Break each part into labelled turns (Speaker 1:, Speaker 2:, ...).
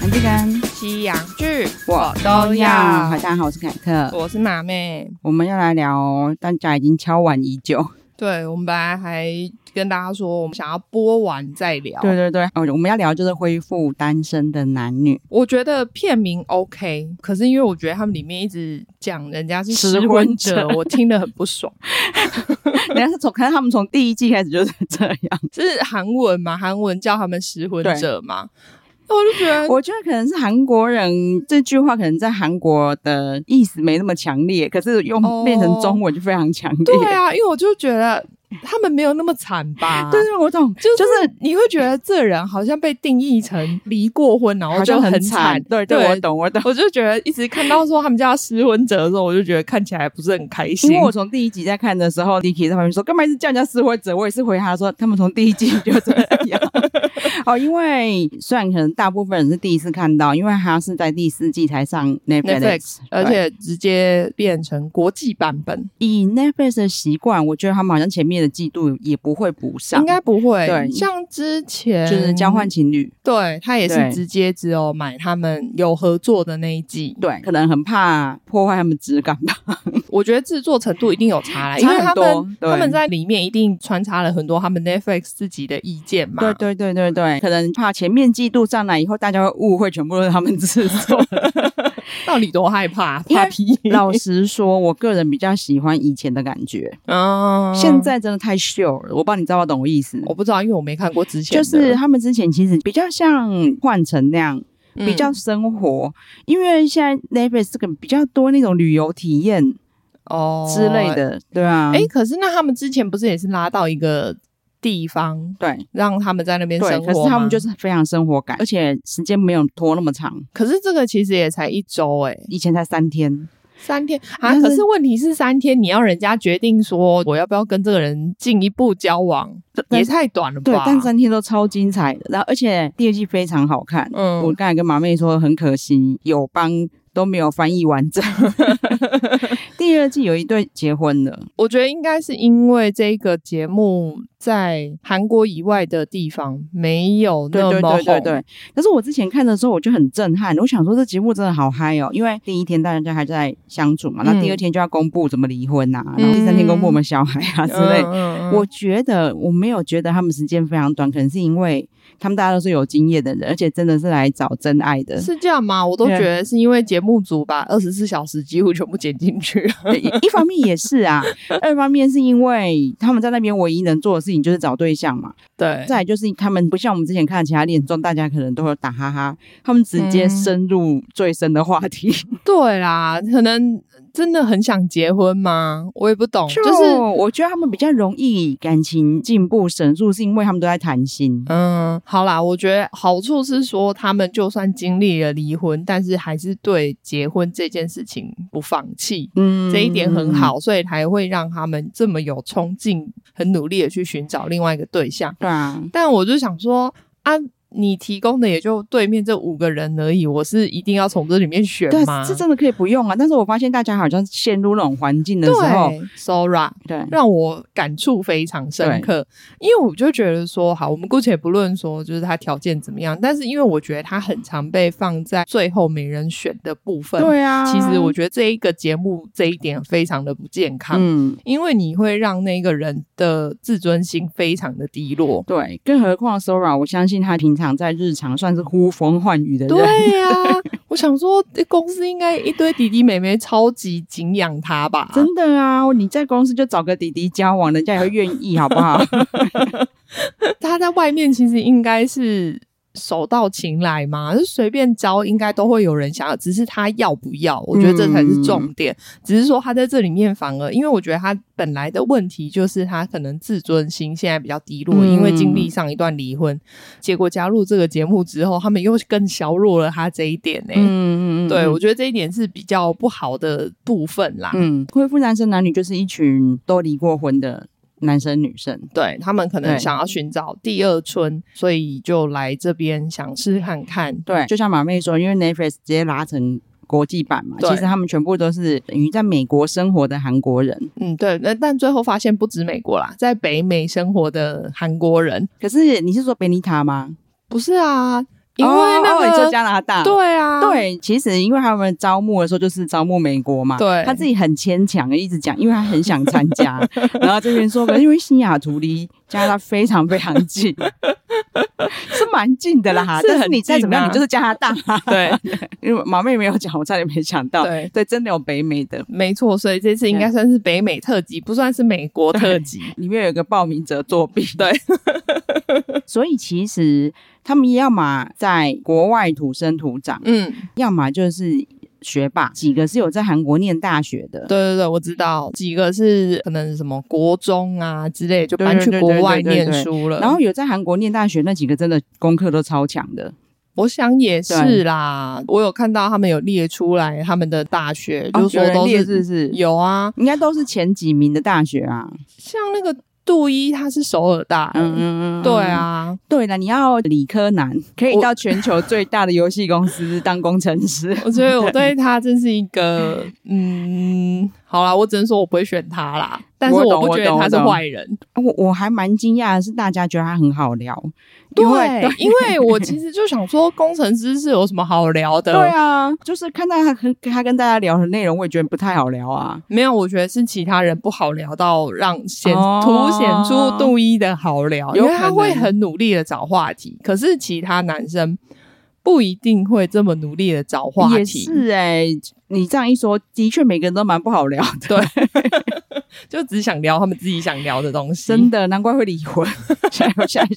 Speaker 1: 韩志根，
Speaker 2: 西洋剧
Speaker 1: 嗨，大家好，我是凯特。
Speaker 2: 我是马妹，
Speaker 1: 我们要来聊大家已经敲完已久，
Speaker 2: 对我们本来还跟大家说，我们想要播完再聊。
Speaker 1: 对对对，哦，我们要聊就是恢复单身的男 女
Speaker 2: 我觉得片名 OK，可是因为我觉得他们里面一直讲人家是
Speaker 1: 食
Speaker 2: 食
Speaker 1: 婚
Speaker 2: 婚
Speaker 1: 者
Speaker 2: 者，我听得很 不爽。
Speaker 1: 人家是从，可是他们从第一季开始就是这 样。
Speaker 2: 是韩文嘛？韩文叫他们食婚者嘛？那我就觉得
Speaker 1: 我觉得可能是韩国人这句话，可能在韩国的意思没那么强烈，可是用
Speaker 2: 哦
Speaker 1: 变成中文就非常强烈。
Speaker 2: 对啊，因为我就觉得他们没有那么惨吧？
Speaker 1: 对，对，我懂，
Speaker 2: 就是
Speaker 1: 就是
Speaker 2: 你会觉得这人好像被定义成离过婚，然后
Speaker 1: 好
Speaker 2: 就
Speaker 1: 像
Speaker 2: 很
Speaker 1: 惨。对对，我懂，我懂。
Speaker 2: 我就觉得一直看到说他们家失婚者的时候，我就觉得看起来不是很开心。
Speaker 1: 因为我从第一集在看的时候，Dicky 在旁边说干嘛一直叫人家失婚者，我也是回他说他们从第一集就这 样。哦，因为虽然可能大部分人是第一次看到，因为他是在第四季才上 Netflix，,
Speaker 2: Netflix，而且直接变成国际版本，
Speaker 1: 以 Netflix 的习惯，我觉得他们好像前面的季度也不会补上，
Speaker 2: 应该不会。
Speaker 1: 对
Speaker 2: 像之前
Speaker 1: 就是交换，情侣。
Speaker 2: 对他也
Speaker 1: 对
Speaker 2: 是直接只有买他们有合作的那一季。
Speaker 1: 对，可能很怕破坏他们质感吧。
Speaker 2: 我觉得制作程度一定有差啦，
Speaker 1: 差
Speaker 2: 因为
Speaker 1: 很
Speaker 2: 他
Speaker 1: 多
Speaker 2: 们
Speaker 1: 对
Speaker 2: 他们在里面一定穿插了很多他们 Netflix 自己的意见嘛。
Speaker 1: 对对对对对，可能怕前面季度上来以后，大家会误会全部都是他们制作。
Speaker 2: 到底多害怕？
Speaker 1: 因为
Speaker 2: 怕皮？
Speaker 1: 老实说，我个人比较喜欢以前的感觉，
Speaker 2: 嗯
Speaker 1: 现在真的太秀了，我不知道你知道不懂我意思。
Speaker 2: 我不知道，因为我没看过之前
Speaker 1: 就
Speaker 2: 的，
Speaker 1: 是他们之前其实比较像换成那样，
Speaker 2: 嗯
Speaker 1: 比较生活，因为现在 Netflix 这个比较多那种旅游体验
Speaker 2: 哦
Speaker 1: 之类的，对啊，
Speaker 2: 哎、可是那他们之前不是也是拉到一个地方，
Speaker 1: 对
Speaker 2: 让他们在那边生
Speaker 1: 对，
Speaker 2: 活
Speaker 1: 可是他们
Speaker 2: 吗
Speaker 1: 就是非常生活感，而且时间没有拖那么长，
Speaker 2: 可是这个其实也才一周哎、
Speaker 1: 以前才三天，
Speaker 2: 三天啊！
Speaker 1: 但是
Speaker 2: 可是问题是三天，你要人家决定说我要不要跟这个人进一步交往，
Speaker 1: 但
Speaker 2: 也
Speaker 1: 是
Speaker 2: 太短了吧？
Speaker 1: 对，但三天都超精彩的，然后而且第二季非常好看，
Speaker 2: 嗯
Speaker 1: 我刚才跟马妹说，很可惜友邦都没有翻译完 整。第二季有一对结婚了，
Speaker 2: 我觉得应该是因为这个节目在韩国以外的地方没有
Speaker 1: 对
Speaker 2: 那
Speaker 1: 对
Speaker 2: 么
Speaker 1: 对对
Speaker 2: 红，
Speaker 1: 对。但是我之前看的时候，我就很震撼，我想说这节目真的好嗨哦，因为第一天大家还在相处嘛，
Speaker 2: 嗯
Speaker 1: 那第二天就要公布怎么离婚呐、然后第三天公布我们小孩啊之类。
Speaker 2: 嗯嗯嗯
Speaker 1: 我觉得我没有觉得他们时间非常短，可能是因为他们大家都是有经验的人，而且真的是来找真爱的。
Speaker 2: 是这样吗？我都
Speaker 1: 对
Speaker 2: 觉得是因为节目组把二十四小时几乎全部剪进去了。
Speaker 1: 对一一方面也是啊，二方面是因为他们在那边唯一能做的事情就是找对象嘛。
Speaker 2: 对
Speaker 1: 再来就是他们不像我们之前看的其他恋综，大家可能都会打哈哈，他们直接
Speaker 2: 嗯
Speaker 1: 深入最深的话题。
Speaker 2: 对啦，可能真的很想结婚吗？我也不懂，哦就
Speaker 1: 就是
Speaker 2: 是
Speaker 1: 我觉得他们比较容易感情进步神速，是因为他们都在谈心。
Speaker 2: 嗯，好啦，我觉得好处是说，他们就算经历了离婚，但是还是对结婚这件事情不放弃。
Speaker 1: 嗯
Speaker 2: 这一点很。好，所以才会让他们这么有冲劲，很努力的去寻找另外一个对象。
Speaker 1: 对啊，
Speaker 2: 但我就想说啊，你提供的也就对面这五个人而已，我是一定要从这里面选
Speaker 1: 对
Speaker 2: 吗？
Speaker 1: 啊，这真的可以不用啊。但是我发现大家好像陷入那种环境的哦时候，
Speaker 2: 对，Sora，
Speaker 1: 对
Speaker 2: 让我感触非常深刻，因为我就觉得说，好，我们姑且不论说就是他条件怎么样，但是因为我觉得他很常被放在最后没人选的部分。、
Speaker 1: 对啊，
Speaker 2: 其实我觉得这一个节目这一点非常的不健康，
Speaker 1: 嗯。
Speaker 2: 因为你会让那个人的自尊心非常的低落。
Speaker 1: 对，更何况 Sora，我相信他平常在日常算是呼风唤雨的人。
Speaker 2: 对啊呀、我想说，这公司应该一堆弟弟妹妹超级敬仰他吧？
Speaker 1: 真的啊，你在公司就找个弟弟交往，人 家也会愿意，好不好？
Speaker 2: 他在外面其实应该是手到擒来嘛，就随便招应该都会有人想要，只是他要不要，我觉得这才是重点。
Speaker 1: 嗯
Speaker 2: 只是说他在这里面反而，因为我觉得他本来的问题就是他可能自尊心现在比较低落，
Speaker 1: 嗯
Speaker 2: 因为经历上一段离婚，结果加入这个节目之后，他们又更削弱了他这一点呢、
Speaker 1: 嗯
Speaker 2: 对，我觉得这一点是比较不好的部分啦。
Speaker 1: 嗯，恢复男生男女就是一群都离过婚的男生女生。
Speaker 2: 对他们可能
Speaker 1: 对
Speaker 2: 想要寻找第二春，所以就来这边想试看看。
Speaker 1: 对，就像马妹说，因为 Netflix 直接拉成国际版嘛，
Speaker 2: 对
Speaker 1: 其实他们全部都是等于在美国生活的韩国人。
Speaker 2: 嗯，对，那但最后发现不止美国啦，在北美生活的韩国人
Speaker 1: 可是你是说贝尼塔吗？
Speaker 2: 不是啊，因为
Speaker 1: 哦
Speaker 2: 那
Speaker 1: 哦
Speaker 2: 个、
Speaker 1: 你说加拿大，
Speaker 2: 对啊，
Speaker 1: 对，其实因为他们招募的时候就是招募美国嘛，
Speaker 2: 对
Speaker 1: 他自己很牵强，一直讲，因为他很想参 加，然后这边说，可是因为西雅图离加拿大非常非常 近，是蛮近的啦，
Speaker 2: 是
Speaker 1: 但是
Speaker 2: 很
Speaker 1: 你再怎么样，
Speaker 2: 近啊
Speaker 1: 你就是加拿大，
Speaker 2: 对
Speaker 1: 因为毛妹没有讲，我差点没想到，
Speaker 2: 对
Speaker 1: 对，真的有北美的。
Speaker 2: 没错，所以这次
Speaker 1: 嗯
Speaker 2: 应该算是北美特辑，不算是美国特辑。
Speaker 1: 里面有一个报名者作弊，
Speaker 2: 对，
Speaker 1: 所以其实他们要么在国外土生土长，
Speaker 2: 嗯，
Speaker 1: 要么就是学霸，几个是有在韩国念大学的，
Speaker 2: 对对对，我知道几个是可能什么国中啊之类，就搬去
Speaker 1: 对对对
Speaker 2: 国外
Speaker 1: 对对对
Speaker 2: 念
Speaker 1: 对
Speaker 2: 书了。
Speaker 1: 然后有在韩国念大学那几个真的功课都超强的，
Speaker 2: 我想也是啦，我有看到他们有列出来他们的大学，就是
Speaker 1: 哦有
Speaker 2: 说
Speaker 1: 人
Speaker 2: 都
Speaker 1: 列
Speaker 2: 是
Speaker 1: 是不是？
Speaker 2: 有啊，
Speaker 1: 应该都是前几名的大学啊。
Speaker 2: 像那个杜一他是首尔大，
Speaker 1: 嗯嗯嗯，
Speaker 2: 对，啊，
Speaker 1: 对了，你要理科男可以
Speaker 2: 我
Speaker 1: 到全球最大的游戏公司当工程 师。
Speaker 2: 我觉得我对他真是一 个，嗯，好啦，我只能说我不会选他啦，但是
Speaker 1: 我懂
Speaker 2: 不觉得他是坏人，
Speaker 1: 我我还蛮惊讶的是，大家觉得他很好聊，
Speaker 2: 对
Speaker 1: 因为，
Speaker 2: 因 为我其实就想说，工程师是有什么好聊的？
Speaker 1: 对啊，就是看到他跟他跟大家聊的内容，我也觉得不太好聊啊。
Speaker 2: 没有，我觉得是其他人不好聊到让显、
Speaker 1: 哦
Speaker 2: 凸显出杜一的好聊，因
Speaker 1: 有
Speaker 2: 为他
Speaker 1: 可能
Speaker 2: 会很努力的找话题，可是其他男生不一定会这么努力的找话
Speaker 1: 也
Speaker 2: 题，
Speaker 1: 是哎、你这样一说，的确每个人都蛮不好聊的，
Speaker 2: 就只想聊他们自己想聊的东西。
Speaker 1: 真的，难怪会离 婚。 现在现在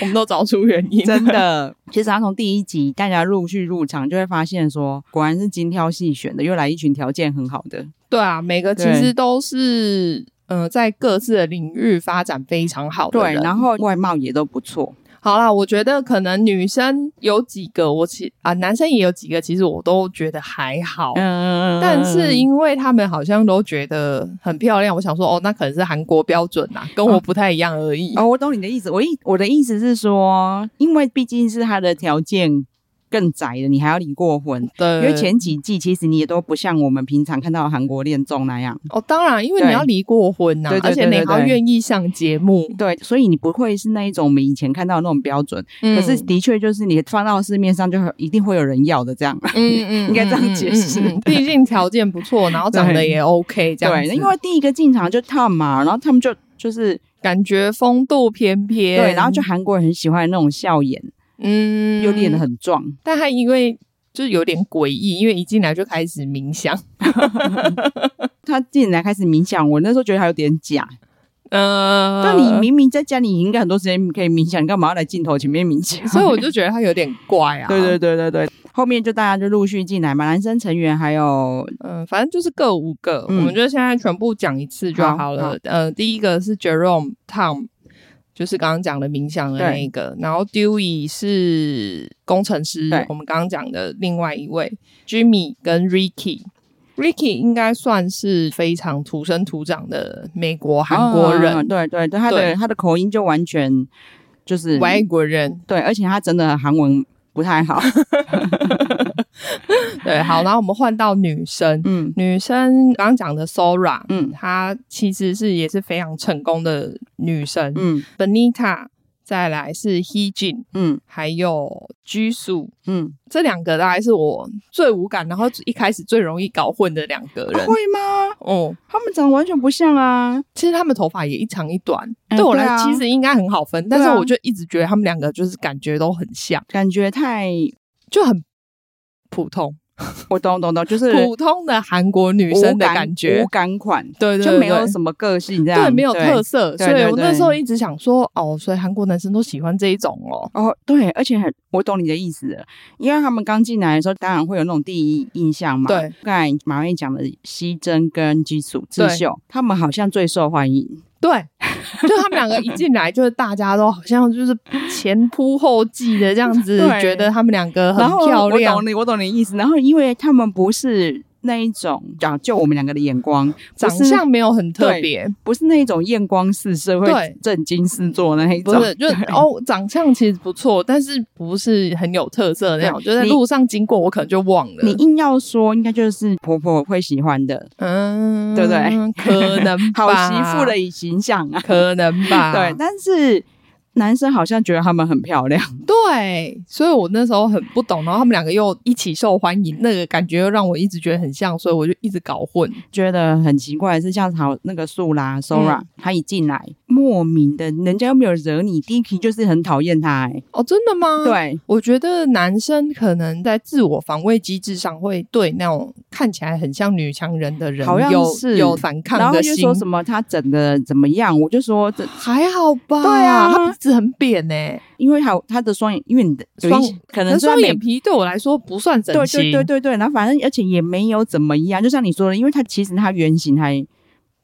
Speaker 2: 我们都找出原因，
Speaker 1: 真的，其实他从第一集大家陆续入场，就会发现说，果然是精挑细选的，又来一群条件很好的。
Speaker 2: 对啊，每个其
Speaker 1: 对
Speaker 2: 实都是呃，在各自的领域发展非常好的
Speaker 1: 对，
Speaker 2: 人。
Speaker 1: 然后外貌也都不错。
Speaker 2: 好啦，我觉得可能女生有几个，我其啊、男生也有几个，其实我都觉得还好。
Speaker 1: 嗯
Speaker 2: 但是因为他们好像都觉得很漂亮，我想说哦，那可能是韩国标准啦，跟我不太一样而已。
Speaker 1: 哦，我懂你的意思。我意我的意思是说，因为毕竟是他的条件更窄的，你还要离过婚。
Speaker 2: 对，
Speaker 1: 因为前几季其实你也都不像我们平常看到的韩国恋综那样，
Speaker 2: 哦，当然，因为
Speaker 1: 对
Speaker 2: 你要离过婚呐、
Speaker 1: 对对
Speaker 2: 而且
Speaker 1: 对对
Speaker 2: 你还要
Speaker 1: 对
Speaker 2: 愿意上节目。
Speaker 1: 对，所以你不会是那一种我们以前看到的那种标准。可是的确就是你放到市面上，就会一定会有人要的这 样。
Speaker 2: 嗯，嗯嗯，
Speaker 1: 应该这样解释
Speaker 2: 嗯嗯嗯毕竟条件不错，然后长得
Speaker 1: 对
Speaker 2: 也 OK，这样
Speaker 1: 对，
Speaker 2: 子。
Speaker 1: 因为第一个进场就 Tom 嘛，然后他们就就是
Speaker 2: 感觉风度翩翩，
Speaker 1: 对，然后就韩国人很喜欢那种笑颜，
Speaker 2: 嗯
Speaker 1: 又练得，很壮。
Speaker 2: 但他因为就是有点诡异，因为一进来就开始冥想，
Speaker 1: 他进来开始冥想，我那时候觉得他有点假。
Speaker 2: 呃，
Speaker 1: 但你明明在家里应该很多时间可以冥想，你干嘛要来镜头前面冥想？
Speaker 2: 所以我就觉得他有点怪啊，
Speaker 1: 对对，对对对，后面就大家就陆续进来嘛，男生成员还有
Speaker 2: 嗯、反正就是各五个，
Speaker 1: 嗯
Speaker 2: 我们就现在全部讲一次就好了。
Speaker 1: 好好
Speaker 2: 呃，第一个是 Jerome Tom。就是刚刚讲的冥想的那一个，然后 Dewey 是工程师
Speaker 1: 对，
Speaker 2: 我们刚刚讲的另外一位 Jimmy 跟 Ricky。Ricky 应该算是非常土生土长的美国韩国人，
Speaker 1: 嗯对对对，他
Speaker 2: 对
Speaker 1: 的他的口音就完全就是
Speaker 2: 外国人。
Speaker 1: 对，而且他真的韩文不太 好。
Speaker 2: 对，好，然后我们换到女生，
Speaker 1: 嗯
Speaker 2: 女生刚刚讲的 Sora，
Speaker 1: 嗯
Speaker 2: 她其实是也是非常成功的女生。
Speaker 1: 嗯
Speaker 2: Benita，再来是 Hejin，
Speaker 1: 嗯
Speaker 2: 还有 Jisoo。
Speaker 1: 嗯，
Speaker 2: 这两个大概是我最无感，然后一开始最容易搞混的两个人。
Speaker 1: 啊会吗？
Speaker 2: 哦、
Speaker 1: 他们长得完全不像啊。
Speaker 2: 其实他们头发也一长一短，
Speaker 1: 嗯
Speaker 2: 对我来
Speaker 1: 对啊
Speaker 2: 其实应该很好分，但是
Speaker 1: 对啊
Speaker 2: 我就一直觉得他们两个就是感觉都很像，
Speaker 1: 感觉太
Speaker 2: 就很普通。
Speaker 1: 我懂懂懂，就是
Speaker 2: 普通的韩国女生的
Speaker 1: 无
Speaker 2: 感觉
Speaker 1: 无，感款，
Speaker 2: 对对对
Speaker 1: 就没有
Speaker 2: 对
Speaker 1: 什么个性这样，
Speaker 2: 对，没有特色，
Speaker 1: 对
Speaker 2: 所以
Speaker 1: 对
Speaker 2: 我
Speaker 1: 对
Speaker 2: 那时候一直想说，哦，所以韩国男生都喜欢这一种哦。
Speaker 1: 哦，对，而且很，我懂你的意思了，因为他们刚进来的时候，当然会有那种第一印象嘛。
Speaker 2: 对，
Speaker 1: 刚才马瑞讲的西珍跟基础智
Speaker 2: 对
Speaker 1: 秀，他们好像最受欢迎。
Speaker 2: 对，就他们两个一进来，就是大家都好像就是前仆后继的这样子
Speaker 1: 对，
Speaker 2: 觉得他们两个很
Speaker 1: 然后
Speaker 2: 漂
Speaker 1: 我
Speaker 2: 亮
Speaker 1: 懂，你，我懂你意思。然后因为他们不是那一种，啊，就我们两个的眼光，
Speaker 2: 长
Speaker 1: 不是
Speaker 2: 相没有很特别，
Speaker 1: 不是那一种艳光四射会
Speaker 2: 对
Speaker 1: 震惊四座那一
Speaker 2: 不
Speaker 1: 种。
Speaker 2: 是就是哦，长相其实不错，但是不是很有特色那种。
Speaker 1: 对
Speaker 2: 就在
Speaker 1: 你
Speaker 2: 路上经过，我可能就忘了
Speaker 1: 你，硬要说，应该就是婆婆会喜欢的
Speaker 2: 嗯，
Speaker 1: 对不对？
Speaker 2: 可能
Speaker 1: 好
Speaker 2: 吧
Speaker 1: 媳妇的形象啊。
Speaker 2: 可能吧，
Speaker 1: 对，但是男生好像觉得他们很漂亮。
Speaker 2: 对，所以我那时候很不懂，然后他们两个又一起受欢迎，那个感觉又让我一直觉得很像，所以我就一直搞混。
Speaker 1: 觉得很奇怪的是，像好那个素拉 Sora，、
Speaker 2: 嗯
Speaker 1: 他一进来，莫名的，人家又没有惹你，Dicky 就是很讨厌他、欸。
Speaker 2: 哦，真的吗？，
Speaker 1: 对，
Speaker 2: 我觉得男生可能在自我防卫机制上会对那种看起来很像女强人的人
Speaker 1: 好像
Speaker 2: 有
Speaker 1: 是
Speaker 2: 有反
Speaker 1: 然
Speaker 2: 抗
Speaker 1: 后他
Speaker 2: 的
Speaker 1: 就
Speaker 2: 心
Speaker 1: 说。什么他整的怎么样，我就说这，
Speaker 2: 还好吧，
Speaker 1: 对啊
Speaker 2: 他鼻子很扁呢、欸，
Speaker 1: 因为还有他的双眼，因为你的有一
Speaker 2: 双
Speaker 1: 些可能
Speaker 2: 那
Speaker 1: 虽然
Speaker 2: 双
Speaker 1: 没
Speaker 2: 眼皮对我来说不算整
Speaker 1: 对
Speaker 2: 形，
Speaker 1: 对对对对，然后反正而且也没有怎么样，就像你说的，因为他其实他原型还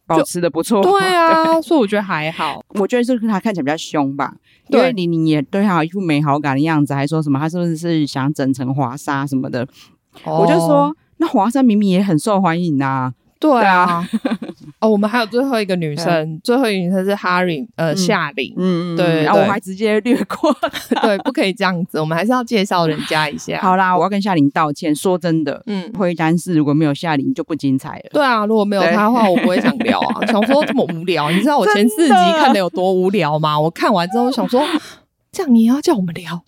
Speaker 1: 保
Speaker 2: 就
Speaker 1: 持的不错，
Speaker 2: 对 啊，所以我觉得还好。
Speaker 1: 我觉得是他看起来比较凶吧，因为
Speaker 2: 对
Speaker 1: 李宁也对他有一副没好感的样子，还说什么他是不是想整成华沙什么的，我就
Speaker 2: 哦
Speaker 1: 说那华山明明也很受欢迎呐、
Speaker 2: 对
Speaker 1: 啊
Speaker 2: 啊， 哦，我们还有最后一个女生，最后一个女生是哈林，呃，
Speaker 1: 嗯
Speaker 2: 夏琳，
Speaker 1: 嗯
Speaker 2: 对
Speaker 1: 然后我
Speaker 2: 对
Speaker 1: 还直接略过。
Speaker 2: 对，啊不可以这样子，我们还是要介绍人家一下。，
Speaker 1: 好啦，我要跟夏琳道歉。说真的，
Speaker 2: 嗯，
Speaker 1: 灰单是如果没有夏琳就不精彩了。
Speaker 2: 对啊，如果没有
Speaker 1: 对
Speaker 2: 他的话，我不会想聊啊，想说这么无聊，你知道我前四集看的有多无聊吗？我看完之后想说。哦这样你也要叫我们聊，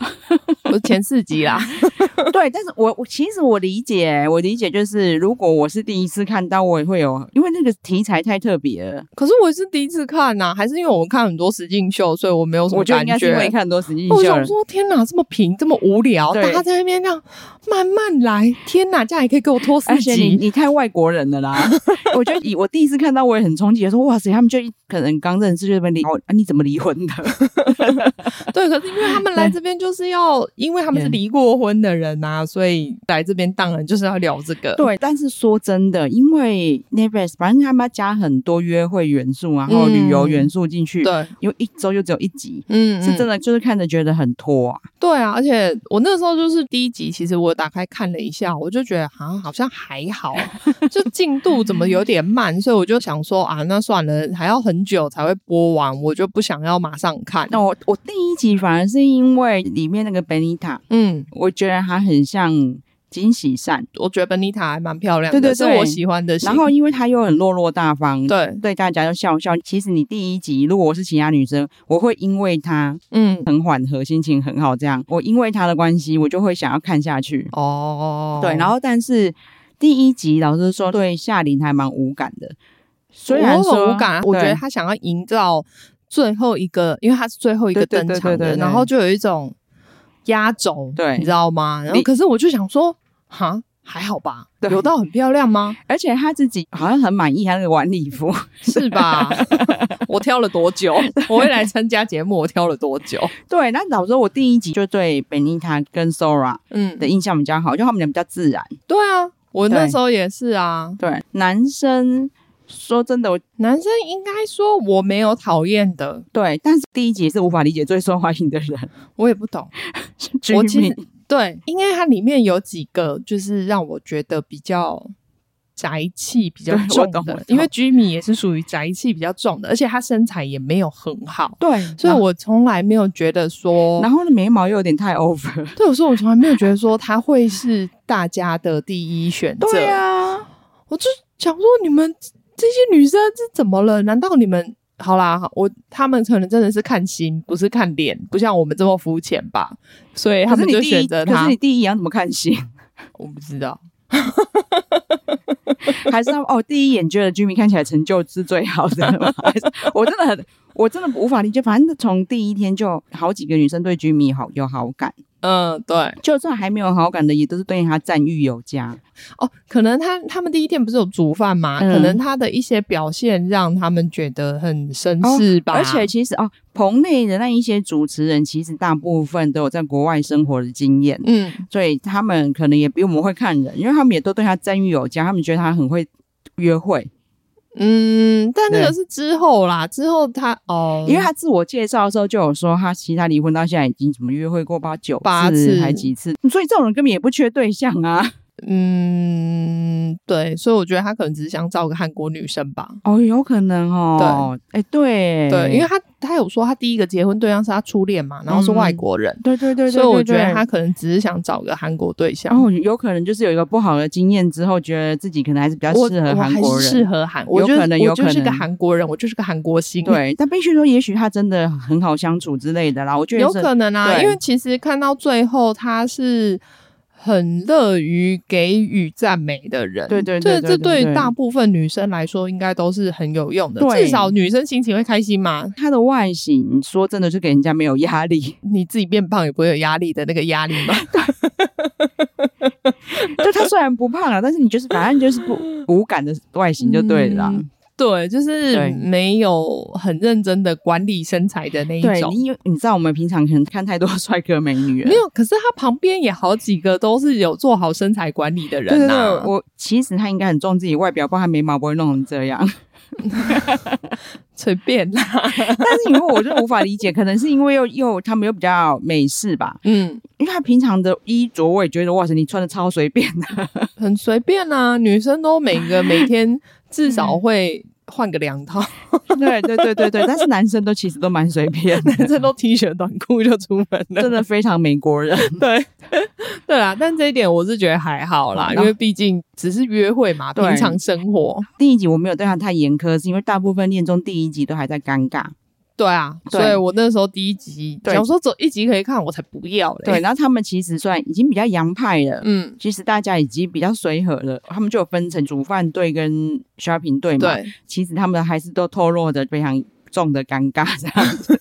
Speaker 2: 我前四集啦，
Speaker 1: 对，但是我我其实我理解，欸我理解就是如果我是第一次看到，我也会有，因为那个题材太特别了，
Speaker 2: 可是我是第一次看呐、还是因为我看很多实境秀，所以我没有什么
Speaker 1: 我觉得哦
Speaker 2: 感
Speaker 1: 应该是因为看很多实境
Speaker 2: 我
Speaker 1: 秀
Speaker 2: 想
Speaker 1: 了。
Speaker 2: 说，天哪，这么平，这么无聊，
Speaker 1: 对
Speaker 2: 大家在那边这样慢慢来，天哪，这样也可以给我拖四
Speaker 1: 而且你
Speaker 2: 集，
Speaker 1: 哎你太外国人了 啦！我觉得以我第一次看到，我也很冲击，说哇塞，他们就一可能刚认识就被离婚，啊你怎么离婚 的？
Speaker 2: 对，可是因为他们来这边就是要，因为他们是离过婚的人呐、所以来这边当然就是要聊这个，
Speaker 1: 对，但是说真的，因为 Netflix 反正他们要加很多约会元素，啊然后旅游元素进去，
Speaker 2: 对，
Speaker 1: 因为一周就只有一集，
Speaker 2: 嗯，
Speaker 1: 是真的
Speaker 2: 的，
Speaker 1: 就是看着觉得很拖啊。
Speaker 2: 对啊，而且我那时候就是第一集，其实我打开看了一下，我就觉得好像好像还好，就进度怎么有点慢，所以我就想说啊，那算了，还要很久才会播完，我就不想要马上看，
Speaker 1: 那我我第一集反而是因为里面那个 Benita，
Speaker 2: 嗯。
Speaker 1: 我觉得她很像惊喜善，
Speaker 2: 我觉得本妮塔还蛮漂亮的，
Speaker 1: 对对对
Speaker 2: 是我喜欢的型。
Speaker 1: 然后因为她又很落落大方，
Speaker 2: 对，
Speaker 1: 对大家都笑笑。其实你第一集如果我是其他女生，我会因为她
Speaker 2: 嗯，
Speaker 1: 很缓和，心情很好，这样我因为她的关系，我就会想要看下去。
Speaker 2: 哦，
Speaker 1: 对，然
Speaker 2: 后
Speaker 1: 后但是第一集老师说对夏琳还蛮无感的，虽然说
Speaker 2: 无感，啊我觉得他想要营造最后一个，因为他是最后一个
Speaker 1: 对对
Speaker 2: 登场的，
Speaker 1: 对对对对
Speaker 2: 然后就有一种压轴，
Speaker 1: 对
Speaker 2: 你知道吗？然后
Speaker 1: 你
Speaker 2: 可是我就想说，哈，还好吧，
Speaker 1: 对
Speaker 2: 有到很漂亮吗？
Speaker 1: 而且他自己好像很满意他那个晚礼服，
Speaker 2: 是吧？ 我挑了多久？我会来参加节目，我挑了多久？
Speaker 1: 对，那老师说我第一集就对 Benita 跟 Sora
Speaker 2: 嗯，
Speaker 1: 的印象比较好，就他们俩比较自然。
Speaker 2: 对啊，我那
Speaker 1: 对
Speaker 2: 时候也是啊，
Speaker 1: 对，男生说真的，我
Speaker 2: 男生应该说我没有讨厌的，
Speaker 1: 对，但是第一集是无法理解最受欢迎的人，
Speaker 2: 我也不懂。
Speaker 1: 居
Speaker 2: 我其
Speaker 1: 民
Speaker 2: 实对，因为它里面有几个就是让我觉得比较宅气比较
Speaker 1: 对我
Speaker 2: 重
Speaker 1: 懂我
Speaker 2: 的
Speaker 1: 懂，
Speaker 2: 因为 Jimmy 也是属于宅气比较重的，而且他身材也没有很好，
Speaker 1: 对，
Speaker 2: 所以
Speaker 1: 然后
Speaker 2: 我从来没有觉得说
Speaker 1: 然，后呢眉毛又有点太 over，
Speaker 2: 对我说我从来没有觉得说他会是大家的第一选择。
Speaker 1: 对啊，
Speaker 2: 我就想说你们这些女生是怎么了？难道你们？好啦，我他们可能真的是看心，不是看脸，不像我们这么肤浅吧，所以他
Speaker 1: 可是
Speaker 2: 们
Speaker 1: 你
Speaker 2: 就
Speaker 1: 第
Speaker 2: 选
Speaker 1: 一，
Speaker 2: 择
Speaker 1: 可
Speaker 2: 他
Speaker 1: 是你。第一眼要怎么看戏？
Speaker 2: 我不知道，
Speaker 1: 还是他们哦，第一眼觉得居民看起来成就是最好的吗？还是 我真的很，我真的无法理解。反正从第一天就好几个女生对居民好有好感，
Speaker 2: 嗯，对。
Speaker 1: 就算还没有好感的，也都是对他赞誉有加。
Speaker 2: 哦，可能他他们第一天不是有煮饭吗？
Speaker 1: 嗯
Speaker 2: 可能他的一些表现让他们觉得很绅士吧。
Speaker 1: 哦而且其实哦，棚内的那一些主持人，其实大部分都有在国外生活的经验，
Speaker 2: 嗯，
Speaker 1: 所以他们可能也比我们会看人，因为他们也都对他赞誉有加，他们觉得他很会约会，
Speaker 2: 嗯，但那个
Speaker 1: 对
Speaker 2: 是之后啦，之后他哦，
Speaker 1: 因为他自我介绍的时候就有说，他其实他离婚到现在已经怎么约会过八九
Speaker 2: 八
Speaker 1: 次
Speaker 2: 次
Speaker 1: 还几次，嗯所以这种人根本也不缺对象啊。
Speaker 2: 嗯，对，所以我觉得他可能只是想找个韩国女生吧。
Speaker 1: 哦，有可能哦，对，哎，对，
Speaker 2: 对，因为他他有说他第一个结婚对象是他初恋嘛，然后是外国人，
Speaker 1: 对对对对，
Speaker 2: 所以我觉
Speaker 1: 对哦
Speaker 2: 得
Speaker 1: 对
Speaker 2: 他可能只是想找个韩国对象。
Speaker 1: 然后有可能就是有一个不好的经验之后，觉得自己可能还是比较
Speaker 2: 我
Speaker 1: 适合
Speaker 2: 我
Speaker 1: 韩
Speaker 2: 还
Speaker 1: 国
Speaker 2: 是
Speaker 1: 人，
Speaker 2: 适合韩，我
Speaker 1: 有
Speaker 2: 觉
Speaker 1: 可能
Speaker 2: 得
Speaker 1: 有
Speaker 2: 我
Speaker 1: 可
Speaker 2: 就是个
Speaker 1: 能
Speaker 2: 韩国人，我就是个韩 国星。
Speaker 1: 对，但必须说，也许他真的很好相处之类的啦。我觉得
Speaker 2: 有
Speaker 1: 是
Speaker 2: 可能啊，
Speaker 1: 对
Speaker 2: 因为其实看到最后，他是很乐于给予赞美的人。
Speaker 1: 对对对
Speaker 2: 这
Speaker 1: 对
Speaker 2: 这
Speaker 1: 对
Speaker 2: 对
Speaker 1: 对
Speaker 2: 大部分女生来说，应该都是很有用的。
Speaker 1: 对
Speaker 2: 至少女生心情会开心嘛，
Speaker 1: 他的外形，说真的是给人家没有压力，
Speaker 2: 你自己变胖也不会有压力的那个压力 嘛。
Speaker 1: 就他虽然不胖啊，但是你就是反正就是 不无感的外形就对了啦。
Speaker 2: 嗯对，就是
Speaker 1: 对
Speaker 2: 没有很认真的管理身材的那一
Speaker 1: 对，
Speaker 2: 种。
Speaker 1: 因为你知道我们平常可能看太多 帅哥美女了
Speaker 2: 没。有，可是他旁边也好几个都是有做好身材管理的
Speaker 1: 对啊
Speaker 2: 人
Speaker 1: 对
Speaker 2: 呐、
Speaker 1: 对，我其实他应该很重自己外表，不然他眉毛不会弄成这样。
Speaker 2: 随便啦，
Speaker 1: 但是因为我就无法理解，可能是因为又又他们又比较美式吧，
Speaker 2: 嗯，
Speaker 1: 因为他平常的衣着我也觉得哇塞，你穿的超随便的。
Speaker 2: 很随便啦、女生都每个每天至少会换个 两套，
Speaker 1: 对对对对对，但是男生都其实都蛮随便的，
Speaker 2: 男生都 T 恤短裤就出门
Speaker 1: 嗯
Speaker 2: 了。
Speaker 1: 真的非常美国人。
Speaker 2: 对， 对啦，但这一点我是觉得还好啦，
Speaker 1: 好
Speaker 2: 因为毕竟只是约会嘛，
Speaker 1: 对
Speaker 2: 平常生活。
Speaker 1: 第一集我没有对他太严苛，是因为大部分恋综第一集都还在尴尬。
Speaker 2: 对啊，
Speaker 1: 对
Speaker 2: 所以我那时候第一集
Speaker 1: 对
Speaker 2: 想说走一集可以看，我才不要嘞。
Speaker 1: 对，，然后他们其实算已经比较洋派了，
Speaker 2: 嗯，
Speaker 1: 其实大家已经比较随和了。他们就有分成煮饭队跟 shopping 队嘛。，
Speaker 2: 对，
Speaker 1: 其实他们还是都透露着非常重的尴尬这 样子。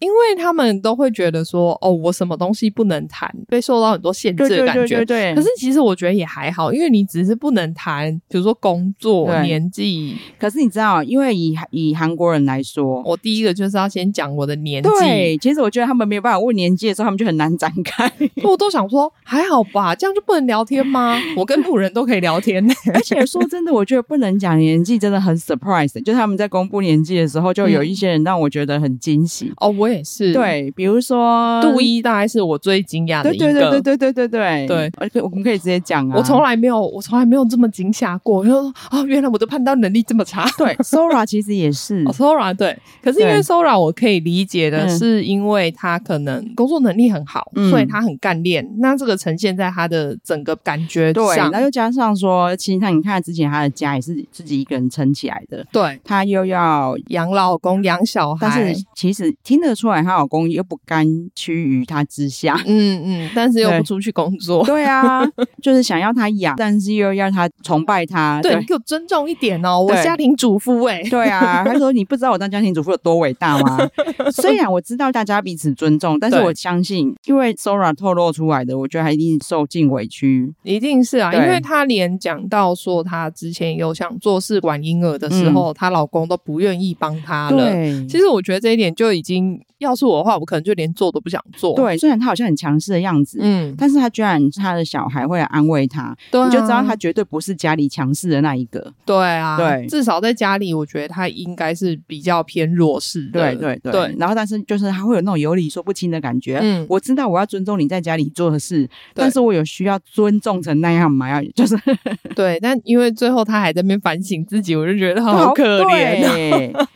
Speaker 2: 因为他们都会觉得说，哦，我什么东西不能谈，被受到很多限制的感觉。
Speaker 1: 对
Speaker 2: 可是其实我觉得也还好，因为你只是不能谈，比如说工作、
Speaker 1: 对
Speaker 2: 年纪。
Speaker 1: 可是你知道，因为以以韩国人来说。
Speaker 2: 我第一个就是要先讲我的年纪，
Speaker 1: 对，其实我觉得他们没有办法问年纪的时候，他们就很难展开。
Speaker 2: 我都想说还好吧，这样就不能聊天吗？我跟路人都可以聊天呢、
Speaker 1: 而且说真的，我觉得不能讲年纪真的很 surprise，就是他们在公布年纪的时候，就有一些人让我觉得很惊喜。
Speaker 2: 哦，我也嗯是，，
Speaker 1: 对，比如说
Speaker 2: 杜，一大概是我最惊讶的
Speaker 1: 对
Speaker 2: 一
Speaker 1: 对
Speaker 2: 个。
Speaker 1: 对对对对对对
Speaker 2: 对，
Speaker 1: 而且我们可以直接讲啊，
Speaker 2: 我从来没有，我从来没有这么惊吓过。因为哦，原来我的判断能力这么差。
Speaker 1: 对 Sora 其实也是
Speaker 2: 哦、，Sora 对，可是因为
Speaker 1: 对
Speaker 2: Sora 我可以理解的
Speaker 1: 嗯
Speaker 2: 是，因为他可能工作能力很好，
Speaker 1: 嗯
Speaker 2: 所以他很干练。那这个呈现在他的整个感觉
Speaker 1: 对，
Speaker 2: 上
Speaker 1: 然后，又加上说，其实他你看之前他的家也是自己一个人撑起来的，
Speaker 2: 对，
Speaker 1: 他又要。
Speaker 2: 养老公、养小孩，
Speaker 1: 但是其实听得出来，她老公又不甘屈于她之下。
Speaker 2: 嗯嗯，但是又
Speaker 1: 对
Speaker 2: 不出去工作。
Speaker 1: 对啊，就是想要她养，但是又要她崇拜他。
Speaker 2: 对，你给我尊重一点哦，我
Speaker 1: 对
Speaker 2: 家庭主妇哎、
Speaker 1: 对啊，他说你不知道我当家庭主妇有多伟大吗？ 虽然我知道大家彼此尊重，但是
Speaker 2: 对
Speaker 1: 我相信，因为 Sora 透露出来的，我觉得他一定受尽委屈。
Speaker 2: 一定是啊，因
Speaker 1: 对
Speaker 2: 为她连讲到说她之前有想做试管婴儿的时候，她、老公都不愿意帮她
Speaker 1: 嗯
Speaker 2: 了。
Speaker 1: 对，
Speaker 2: 其实我觉得这一点就已经，要是我的话，我可能就连做都不想做。，
Speaker 1: 对，虽然他好像很强势的样子。
Speaker 2: 嗯，
Speaker 1: 但是他居然他的小孩会来安慰他，
Speaker 2: 对啊、
Speaker 1: 你就知道他绝对不是家里强势的那一个。
Speaker 2: 对啊，
Speaker 1: 对
Speaker 2: 至少在家里，我觉得她应该是比较偏弱势的。
Speaker 1: 对对对。
Speaker 2: 对
Speaker 1: 然后但是就是他会有那种有理说不清的感觉。
Speaker 2: 嗯，
Speaker 1: 我知道我要尊重你在家里做的事，但是我有需要尊重成那样吗？要 就是
Speaker 2: 对，但因为最后她还在那边反省自己，我就觉得她好可怜啊。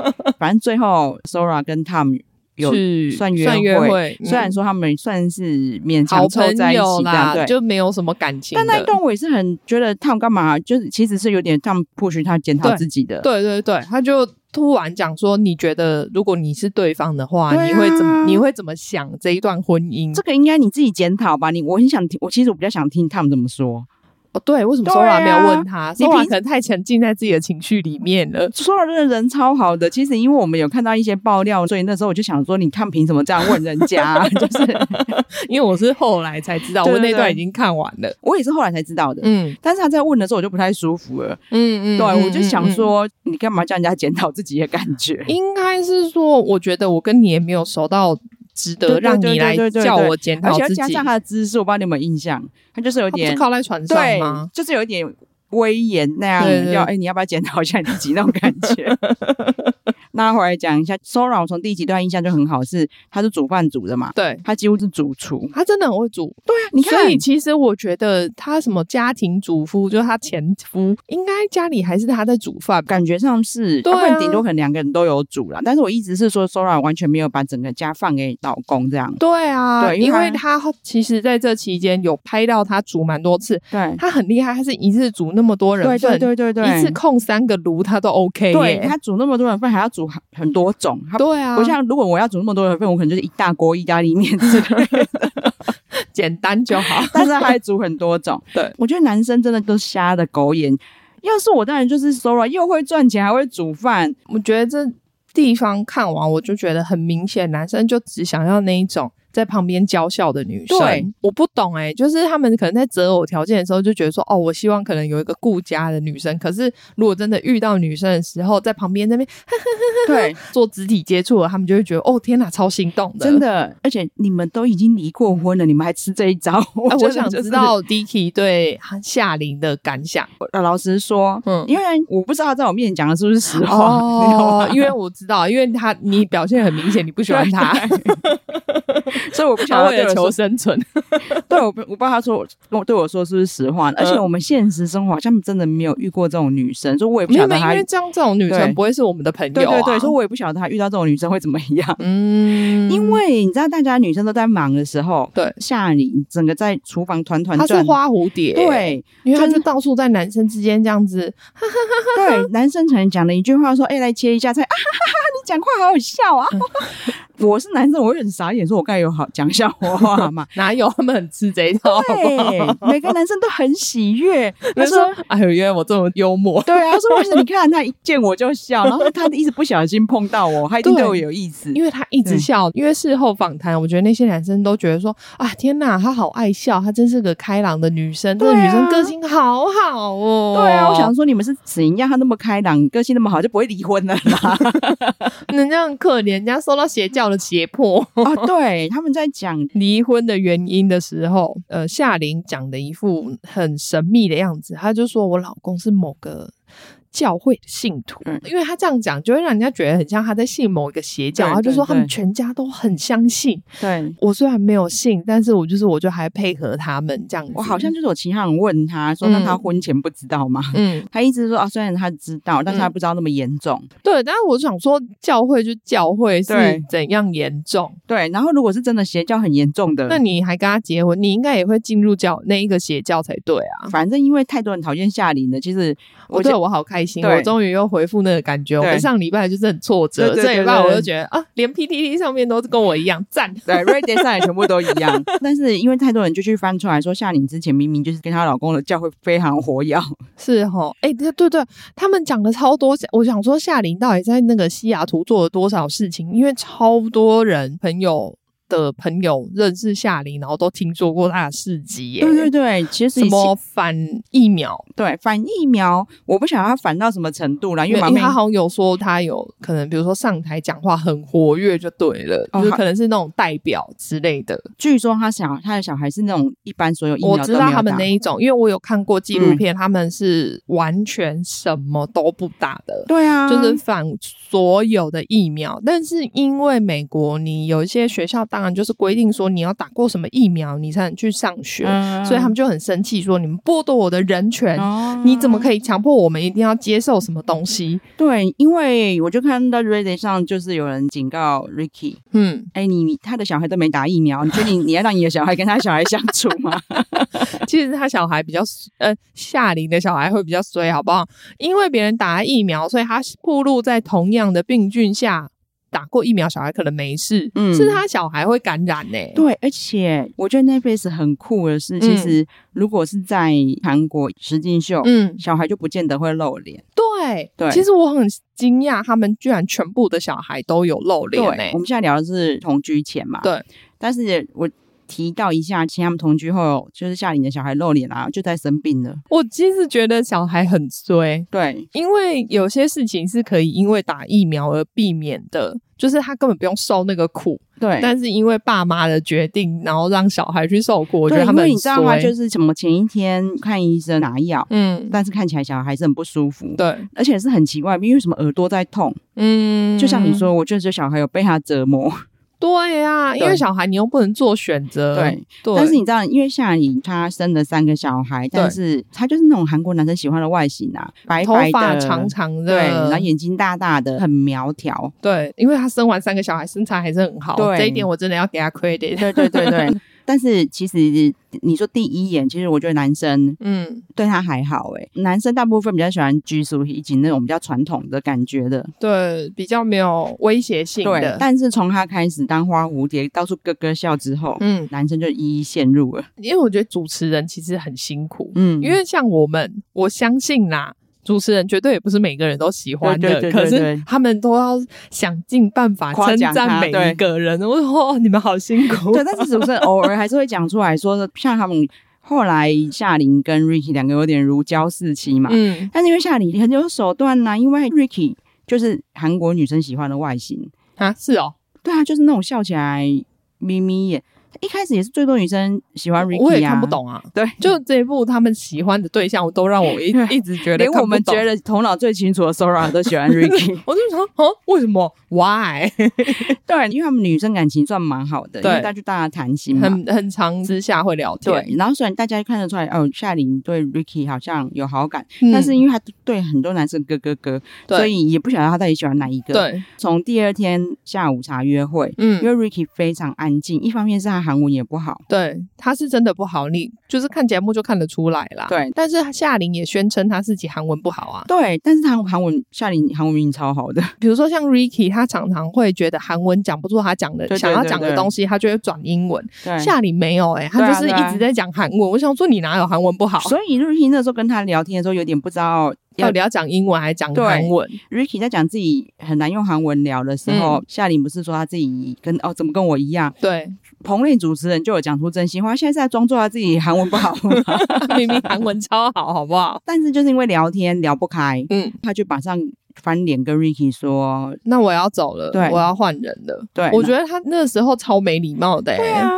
Speaker 1: 怜、 反正最后 Sora 跟 Tom 有
Speaker 2: 去
Speaker 1: 算约
Speaker 2: 算约
Speaker 1: 会
Speaker 2: 会，
Speaker 1: 虽然
Speaker 2: 嗯
Speaker 1: 说他们算是勉
Speaker 2: 好
Speaker 1: 强凑
Speaker 2: 朋
Speaker 1: 在一
Speaker 2: 友
Speaker 1: 起
Speaker 2: 啦
Speaker 1: 的，，对。
Speaker 2: 就没有什么感情的。
Speaker 1: 但那一段我也是很觉得 Tom 干嘛，就是其实是有点 Tom 不许他检讨
Speaker 2: 对
Speaker 1: 自己的。
Speaker 2: 对对对，他就突然讲说，你觉得如果你是对方的话，
Speaker 1: 对啊
Speaker 2: 你会怎么你会怎么想这一段婚姻
Speaker 1: 这？个应该你自己检讨吧。你我很想听，我其实我比较想听 Tom 怎么说。
Speaker 2: 哦，对，为什
Speaker 1: 对
Speaker 2: 么 Sora 没有
Speaker 1: 啊
Speaker 2: 问他
Speaker 1: 你
Speaker 2: ？Sora
Speaker 1: 平
Speaker 2: 可能太沉浸在自己的情绪里面了。
Speaker 1: 说到这人超好的，其实因为我们有看到一些爆料，所以那时候我就想说，你看凭什么这样问人家、 就是
Speaker 2: 因为我是后来才知道，
Speaker 1: 对
Speaker 2: 我
Speaker 1: 对
Speaker 2: 那段
Speaker 1: 对
Speaker 2: 已经看完了。
Speaker 1: 我也是后来才知道的。
Speaker 2: 嗯
Speaker 1: 但是他在问的时候，我就不太舒服了。
Speaker 2: 嗯
Speaker 1: 对，我就想，说，你干嘛叫人家检讨自己的感觉？
Speaker 2: 应该是说，我觉得我跟你也没有熟到值得
Speaker 1: 对对
Speaker 2: 让你
Speaker 1: 对
Speaker 2: 来
Speaker 1: 对对对
Speaker 2: 叫
Speaker 1: 对
Speaker 2: 我检
Speaker 1: 而
Speaker 2: 讨
Speaker 1: 且要
Speaker 2: 自
Speaker 1: 加
Speaker 2: 己。
Speaker 1: 上他的姿势，我不知道你有没有印象，他就是有
Speaker 2: 他不是
Speaker 1: 点
Speaker 2: 靠在船上
Speaker 1: 对
Speaker 2: 吗？，
Speaker 1: 就是有点威严那样，
Speaker 2: 对对
Speaker 1: 要哎、你要不要检讨一下你自己那种感 觉？那回来讲一下，Sora 我从第一集对他印象就很好，是他是煮饭煮的嘛，
Speaker 2: 对，
Speaker 1: 他几乎是主厨。
Speaker 2: 他真的很会煮。
Speaker 1: 对啊，你看
Speaker 2: 嗯所以其实我觉得他什么家庭主妇，就是他前夫，应该家里还是他在煮饭吧。
Speaker 1: 感觉上是，
Speaker 2: 对啊
Speaker 1: 要不然顶多可能两个人都有煮啦。但是我一直是说，Sora 完全没有把整个家放给老公这样。
Speaker 2: 对啊，
Speaker 1: 对
Speaker 2: 因
Speaker 1: 因为
Speaker 2: 为他其实在这期间有拍到他煮蛮多次，
Speaker 1: 对，
Speaker 2: 他很厉害，他是一次煮那么多人
Speaker 1: 对
Speaker 2: 份，
Speaker 1: 对对对对，
Speaker 2: 一次控三个炉，他都 OK
Speaker 1: 对
Speaker 2: 耶
Speaker 1: 他煮那么多人份，还要煮很很多种，他
Speaker 2: 对啊，
Speaker 1: 不像如果我要煮那么多人份，我可能就是一大锅意大利面之 类的，
Speaker 2: 简单就 好。
Speaker 1: 但是他还煮很多种。
Speaker 2: 对，
Speaker 1: 我觉得男生真的都瞎的狗眼。要是我当然就是 Sora，又会赚钱，还会煮 饭，
Speaker 2: 我觉得这地方看完，我就觉得很明显，男生就只想要那一种在旁边娇笑的女生。
Speaker 1: 对，
Speaker 2: 我不懂哎、就是他们可能在择偶条件的时候就觉得说，哦，我希望可能有一个顾家的女生。可是如果真的遇到女生的时候，在旁边那边
Speaker 1: 对，
Speaker 2: 做肢体接触了，他们就会觉得，哦，天哪，超心动的，
Speaker 1: 真。的。而且你们都已经离过婚了，你们还吃这一招？
Speaker 2: 哎、
Speaker 1: 我
Speaker 2: 我
Speaker 1: 真的
Speaker 2: 想
Speaker 1: 就是
Speaker 2: 知，道 Dicky 对夏琳的感 想。
Speaker 1: 老实说，
Speaker 2: 嗯
Speaker 1: 因为我不知道他在我面前讲的是不是实话，啊你懂
Speaker 2: 哦
Speaker 1: 吗，
Speaker 2: 因为我知道，因为他你表现很明显，你不喜欢 他，
Speaker 1: 所以我不想
Speaker 2: 他
Speaker 1: 要
Speaker 2: 为了
Speaker 1: 啊对我
Speaker 2: 求
Speaker 1: 说
Speaker 2: 生存。
Speaker 1: 对我不，我不知道他说跟我对我说是不是实话。而
Speaker 2: 嗯
Speaker 1: 且我们现实生活好像真的没有遇过这种女生，所以我也不
Speaker 2: 没有，
Speaker 1: 晓
Speaker 2: 没
Speaker 1: 得
Speaker 2: 有因
Speaker 1: 她。
Speaker 2: 为这样这种女生
Speaker 1: 对
Speaker 2: 不会是我们的朋友、啊，
Speaker 1: 对对对，所以我也不晓得她遇到这种女生会怎么样。
Speaker 2: 嗯，
Speaker 1: 因为你知道，大家女生都在忙的时候，
Speaker 2: 对
Speaker 1: 夏琳整个在厨房团团
Speaker 2: 她是
Speaker 1: 转。
Speaker 2: 花蝴蝶，，
Speaker 1: 对
Speaker 2: 因为她
Speaker 1: 就是
Speaker 2: 就到处在男生之间这样子，
Speaker 1: 对，男生可能讲了一句话说：“哎、来切一下菜。”啊哈哈哈，你讲话好好笑啊！
Speaker 2: 嗯
Speaker 1: 我是男生，我会很傻眼，说我刚才有好讲笑话 嘛？
Speaker 2: 哪有他们很吃这一套？好不好
Speaker 1: 对，每个男生都很喜 悦。
Speaker 2: 他
Speaker 1: 他
Speaker 2: 说
Speaker 1: 说：“：“
Speaker 2: 哎呦，原来我这么幽默。
Speaker 1: 对啊，说为什么你看他一见我就笑，然后他一直不小心碰到我，他一定
Speaker 2: 对
Speaker 1: 对我有意思”。
Speaker 2: 因为他一直
Speaker 1: 对
Speaker 2: 笑，因为事后访谈，我觉得那些男生都觉得说啊，天哪，她好爱笑，她真是个开朗的女生，这个
Speaker 1: 对啊
Speaker 2: 女生个性好好哦。
Speaker 1: 对啊，我想说你们是怎样？他那么开朗，个性那么好，就不会离婚了啦。
Speaker 2: 能这样可怜，人家受到邪教的胁迫，
Speaker 1: 啊，对， 他们在讲
Speaker 2: 离婚的原因的时候，呃，夏琳讲的一副很神秘的样子，她就说我老公是某个教会的信徒，
Speaker 1: 嗯
Speaker 2: 因为她这样讲，就会让人家觉得很像她在信某一个邪教，
Speaker 1: 对
Speaker 2: 她就
Speaker 1: 对
Speaker 2: 说他们
Speaker 1: 对
Speaker 2: 全家都很相信。
Speaker 1: 对。
Speaker 2: 我虽然没有信，但是我就是我就还配合他们这样子。
Speaker 1: 我好像就是我其他人问他说，
Speaker 2: 嗯
Speaker 1: 那他婚前不知道吗？
Speaker 2: 嗯，
Speaker 1: 他一直说啊，虽然他知道，但是他不知道那么严重。
Speaker 2: 对，但是我想说教会就教会是
Speaker 1: 对
Speaker 2: 怎样严重？
Speaker 1: 对，然后如果是真的邪教很严重的，
Speaker 2: 那你还跟他结婚，你应该也会进入教那一个邪教才对啊。
Speaker 1: 反正因为太多人讨厌夏琳了，其实
Speaker 2: 我
Speaker 1: 我
Speaker 2: 对
Speaker 1: 觉
Speaker 2: 我好开心，
Speaker 1: 对
Speaker 2: 我终于又回复那个感觉。我们
Speaker 1: 对
Speaker 2: 上礼拜就是很挫折，
Speaker 1: 对对对
Speaker 2: 这礼拜
Speaker 1: 对
Speaker 2: 我
Speaker 1: 对
Speaker 2: 就觉得啊，连 PTT 上面都是跟我一样赞。
Speaker 1: 对 Reddit 上也全部都一样。 但是因为太多人就去翻出来说，夏琳之前明明就是跟她老公的教会非常活跃，
Speaker 2: 是哦，哎、对对对，他们讲的超多。我想说，夏琳到底在那个西雅图做了多少事情？因为超多人朋友的朋友认识夏琳，然后都听说过她的事迹耶。
Speaker 1: 对对对，其实
Speaker 2: 什么反疫苗？
Speaker 1: 对反疫苗，我不晓得他反到什么程度了，因
Speaker 2: 因为
Speaker 1: 为马
Speaker 2: 因为
Speaker 1: 妹
Speaker 2: 他好像有说他有可能，比如说上台讲话很活跃就对了，
Speaker 1: 哦
Speaker 2: 就是
Speaker 1: 好
Speaker 2: 可能是那种代表之类的。
Speaker 1: 据说他小他的小孩是那种一般所有疫苗
Speaker 2: 我
Speaker 1: 都
Speaker 2: 知
Speaker 1: 没
Speaker 2: 道
Speaker 1: 有
Speaker 2: 他们
Speaker 1: 打嗯
Speaker 2: 那一种，因为我有看过纪录片，他们是完全什么都不打的。
Speaker 1: 对啊，
Speaker 2: 就是反所有的疫苗，但是因为美国，你有一些学校当然就是规定说你要打过什么疫苗，你才能去上学，
Speaker 1: 嗯
Speaker 2: 所以他们就很生气，说你们剥夺我的人权，
Speaker 1: 哦
Speaker 2: 你怎么可以强迫我们一定要接受什么东西？
Speaker 1: 对？因为我就看到 Reddit 上就是有人警告 Ricky，
Speaker 2: 嗯，
Speaker 1: 哎，你你他的小孩都没打疫苗，你觉得你你要让你的小孩跟他小孩相处吗？
Speaker 2: 其实他小孩比较呃夏琳的小孩会比较衰，好不好？因为别人打了疫苗，所以他暴露在同样的病菌下。打过疫苗小孩可能没事，
Speaker 1: 嗯
Speaker 2: 是他小孩会感染呢、
Speaker 1: 对，而且我觉得 Netflix 很酷的是，其
Speaker 2: 嗯
Speaker 1: 实如果是在韩国实境秀，
Speaker 2: 嗯，
Speaker 1: 小孩就不见得会露脸。
Speaker 2: 对
Speaker 1: 哦对
Speaker 2: 其实我很惊讶，他们居然全部的小孩都有露脸呢、
Speaker 1: 我们现在聊的是同居前嘛，
Speaker 2: 对。
Speaker 1: 但是我提到一下，其实他们同居后，就是夏琳的小孩露脸啊，就在生病了。
Speaker 2: 我其实觉得小孩很衰，
Speaker 1: 对，
Speaker 2: 因为有些事情是可以因为打疫苗而避免的，就是他根本不用受那个苦，
Speaker 1: 对，
Speaker 2: 但是因为爸妈的决定，然后让小孩去受苦，我觉
Speaker 1: 对
Speaker 2: 得他
Speaker 1: 因
Speaker 2: 们
Speaker 1: 为
Speaker 2: 很
Speaker 1: 你知道吗？
Speaker 2: 衰
Speaker 1: 就是什么前一天看医生拿药，
Speaker 2: 嗯，
Speaker 1: 但是看起来小孩还是很不舒服。
Speaker 2: 对，
Speaker 1: 而且是很奇怪，因为什么耳朵在痛，
Speaker 2: 嗯
Speaker 1: 就像你，说，我觉得这小孩有被他折磨。
Speaker 2: 对呀、因为小孩你又不能做选择，
Speaker 1: 对，
Speaker 2: 对，
Speaker 1: 但是你知道，因为夏颖她生了三个小孩，但是她就是那种韩国男生喜欢的外形啊，白
Speaker 2: 头
Speaker 1: 白
Speaker 2: 发
Speaker 1: 的，
Speaker 2: 长长的，
Speaker 1: 对，然后眼睛大大的，很苗 条。
Speaker 2: 对，因为他生完三个小孩，身材还是很好，
Speaker 1: 对
Speaker 2: 这一点我真的要给他 credit。
Speaker 1: 对对对对。 但是其实你说第一眼，其实我觉得男生
Speaker 2: 嗯，
Speaker 1: 对他还好诶、男生大部分比较喜欢拘束以及那种比较传统的感觉的，
Speaker 2: 对，比较没有威胁性
Speaker 1: 对
Speaker 2: 的。。
Speaker 1: 但是从他开始当花蝴蝶到处咯咯笑之后，
Speaker 2: 嗯，
Speaker 1: 男生就一一陷入了，
Speaker 2: 因为我觉得主持人其实很辛苦，
Speaker 1: 嗯，
Speaker 2: 因为像我们，我相信啦，主持人绝对也不是每个人都喜欢的，
Speaker 1: 对对对对
Speaker 2: 可
Speaker 1: 对
Speaker 2: 是他们都要想尽办法
Speaker 1: 夸
Speaker 2: 称
Speaker 1: 奖
Speaker 2: 赞
Speaker 1: 他
Speaker 2: 每
Speaker 1: 对
Speaker 2: 一个人。我说哦，你们好辛 苦。
Speaker 1: 对，但是主持人偶尔还是会讲出来说，像他们后来夏琳跟 Ricky 两个有点如胶似漆嘛，
Speaker 2: 嗯，
Speaker 1: 但是因为夏琳很有手段呐、因为 Ricky 就是韩国女生喜欢的外形，
Speaker 2: 啊，是哦，
Speaker 1: 对啊，就是那种笑起来眯眯眼，一开始也是最多女生喜欢 Ricky 啊，
Speaker 2: 我也看不，懂啊。
Speaker 1: 对，
Speaker 2: 就这一部他们喜欢的对象，我都让我一一直觉得
Speaker 1: 连
Speaker 2: 看
Speaker 1: 我们
Speaker 2: 不懂
Speaker 1: 觉得头脑最清楚的 Sora 都喜 欢 Ricky，
Speaker 2: 我就想，哦，为什么？Why？
Speaker 1: 对，因为他们女生感情算蛮好的，因为大
Speaker 2: 对
Speaker 1: 家就大家谈心嘛，
Speaker 2: 很很常之下会聊天，
Speaker 1: 嗯对，然后虽然大家看得出来，哦，夏琳对 Ricky 好像有好感，
Speaker 2: 嗯
Speaker 1: 但是因为她对很多男生咯咯咯，
Speaker 2: 对
Speaker 1: 所以也不晓得她到底喜欢哪一个。，
Speaker 2: 对，
Speaker 1: 从第二天下午茶约会，
Speaker 2: 嗯，
Speaker 1: 因为 Ricky 非常安静，一方面是他韩文也不好，
Speaker 2: 对，他是真的不好，你就是看节目就看得出来啦。
Speaker 1: 对
Speaker 2: 但是夏琳也宣称她自己韩文不好啊，
Speaker 1: 对，但是他韩文夏琳韩文明明超好的，
Speaker 2: 比如说像 Ricky，他常常会觉得韩文讲不出他讲的
Speaker 1: 对对
Speaker 2: 想要讲
Speaker 1: 对
Speaker 2: 的
Speaker 1: 对
Speaker 2: 东西，他就会转英文。
Speaker 1: 对。
Speaker 2: 夏琳没有哎、
Speaker 1: 对
Speaker 2: 他
Speaker 1: 啊
Speaker 2: 就是
Speaker 1: 对啊
Speaker 2: 一直在讲韩文。我想说你哪有韩文不好？
Speaker 1: 所以 Ricky 那时候跟他聊天的时候，有点不知道
Speaker 2: 到底要讲英文还是讲
Speaker 1: 对
Speaker 2: 韩文？
Speaker 1: Ricky 在讲自己很难用韩文聊的时
Speaker 2: 嗯
Speaker 1: 候，夏琳不是说她自己跟哦怎么跟我一样，
Speaker 2: 对，
Speaker 1: 棚内主持人就有讲出真心话，现在是在装作他自己韩文不好吗
Speaker 2: 他 明明韩文超好，好不好？
Speaker 1: 但是就是因为聊天聊不开，
Speaker 2: 嗯，
Speaker 1: 他就马上翻脸跟 Ricky 说，
Speaker 2: 那我要走了，
Speaker 1: 对
Speaker 2: 我要换人了。
Speaker 1: 对，
Speaker 2: 我觉得他那时候超没礼貌的、欸，
Speaker 1: 对啊，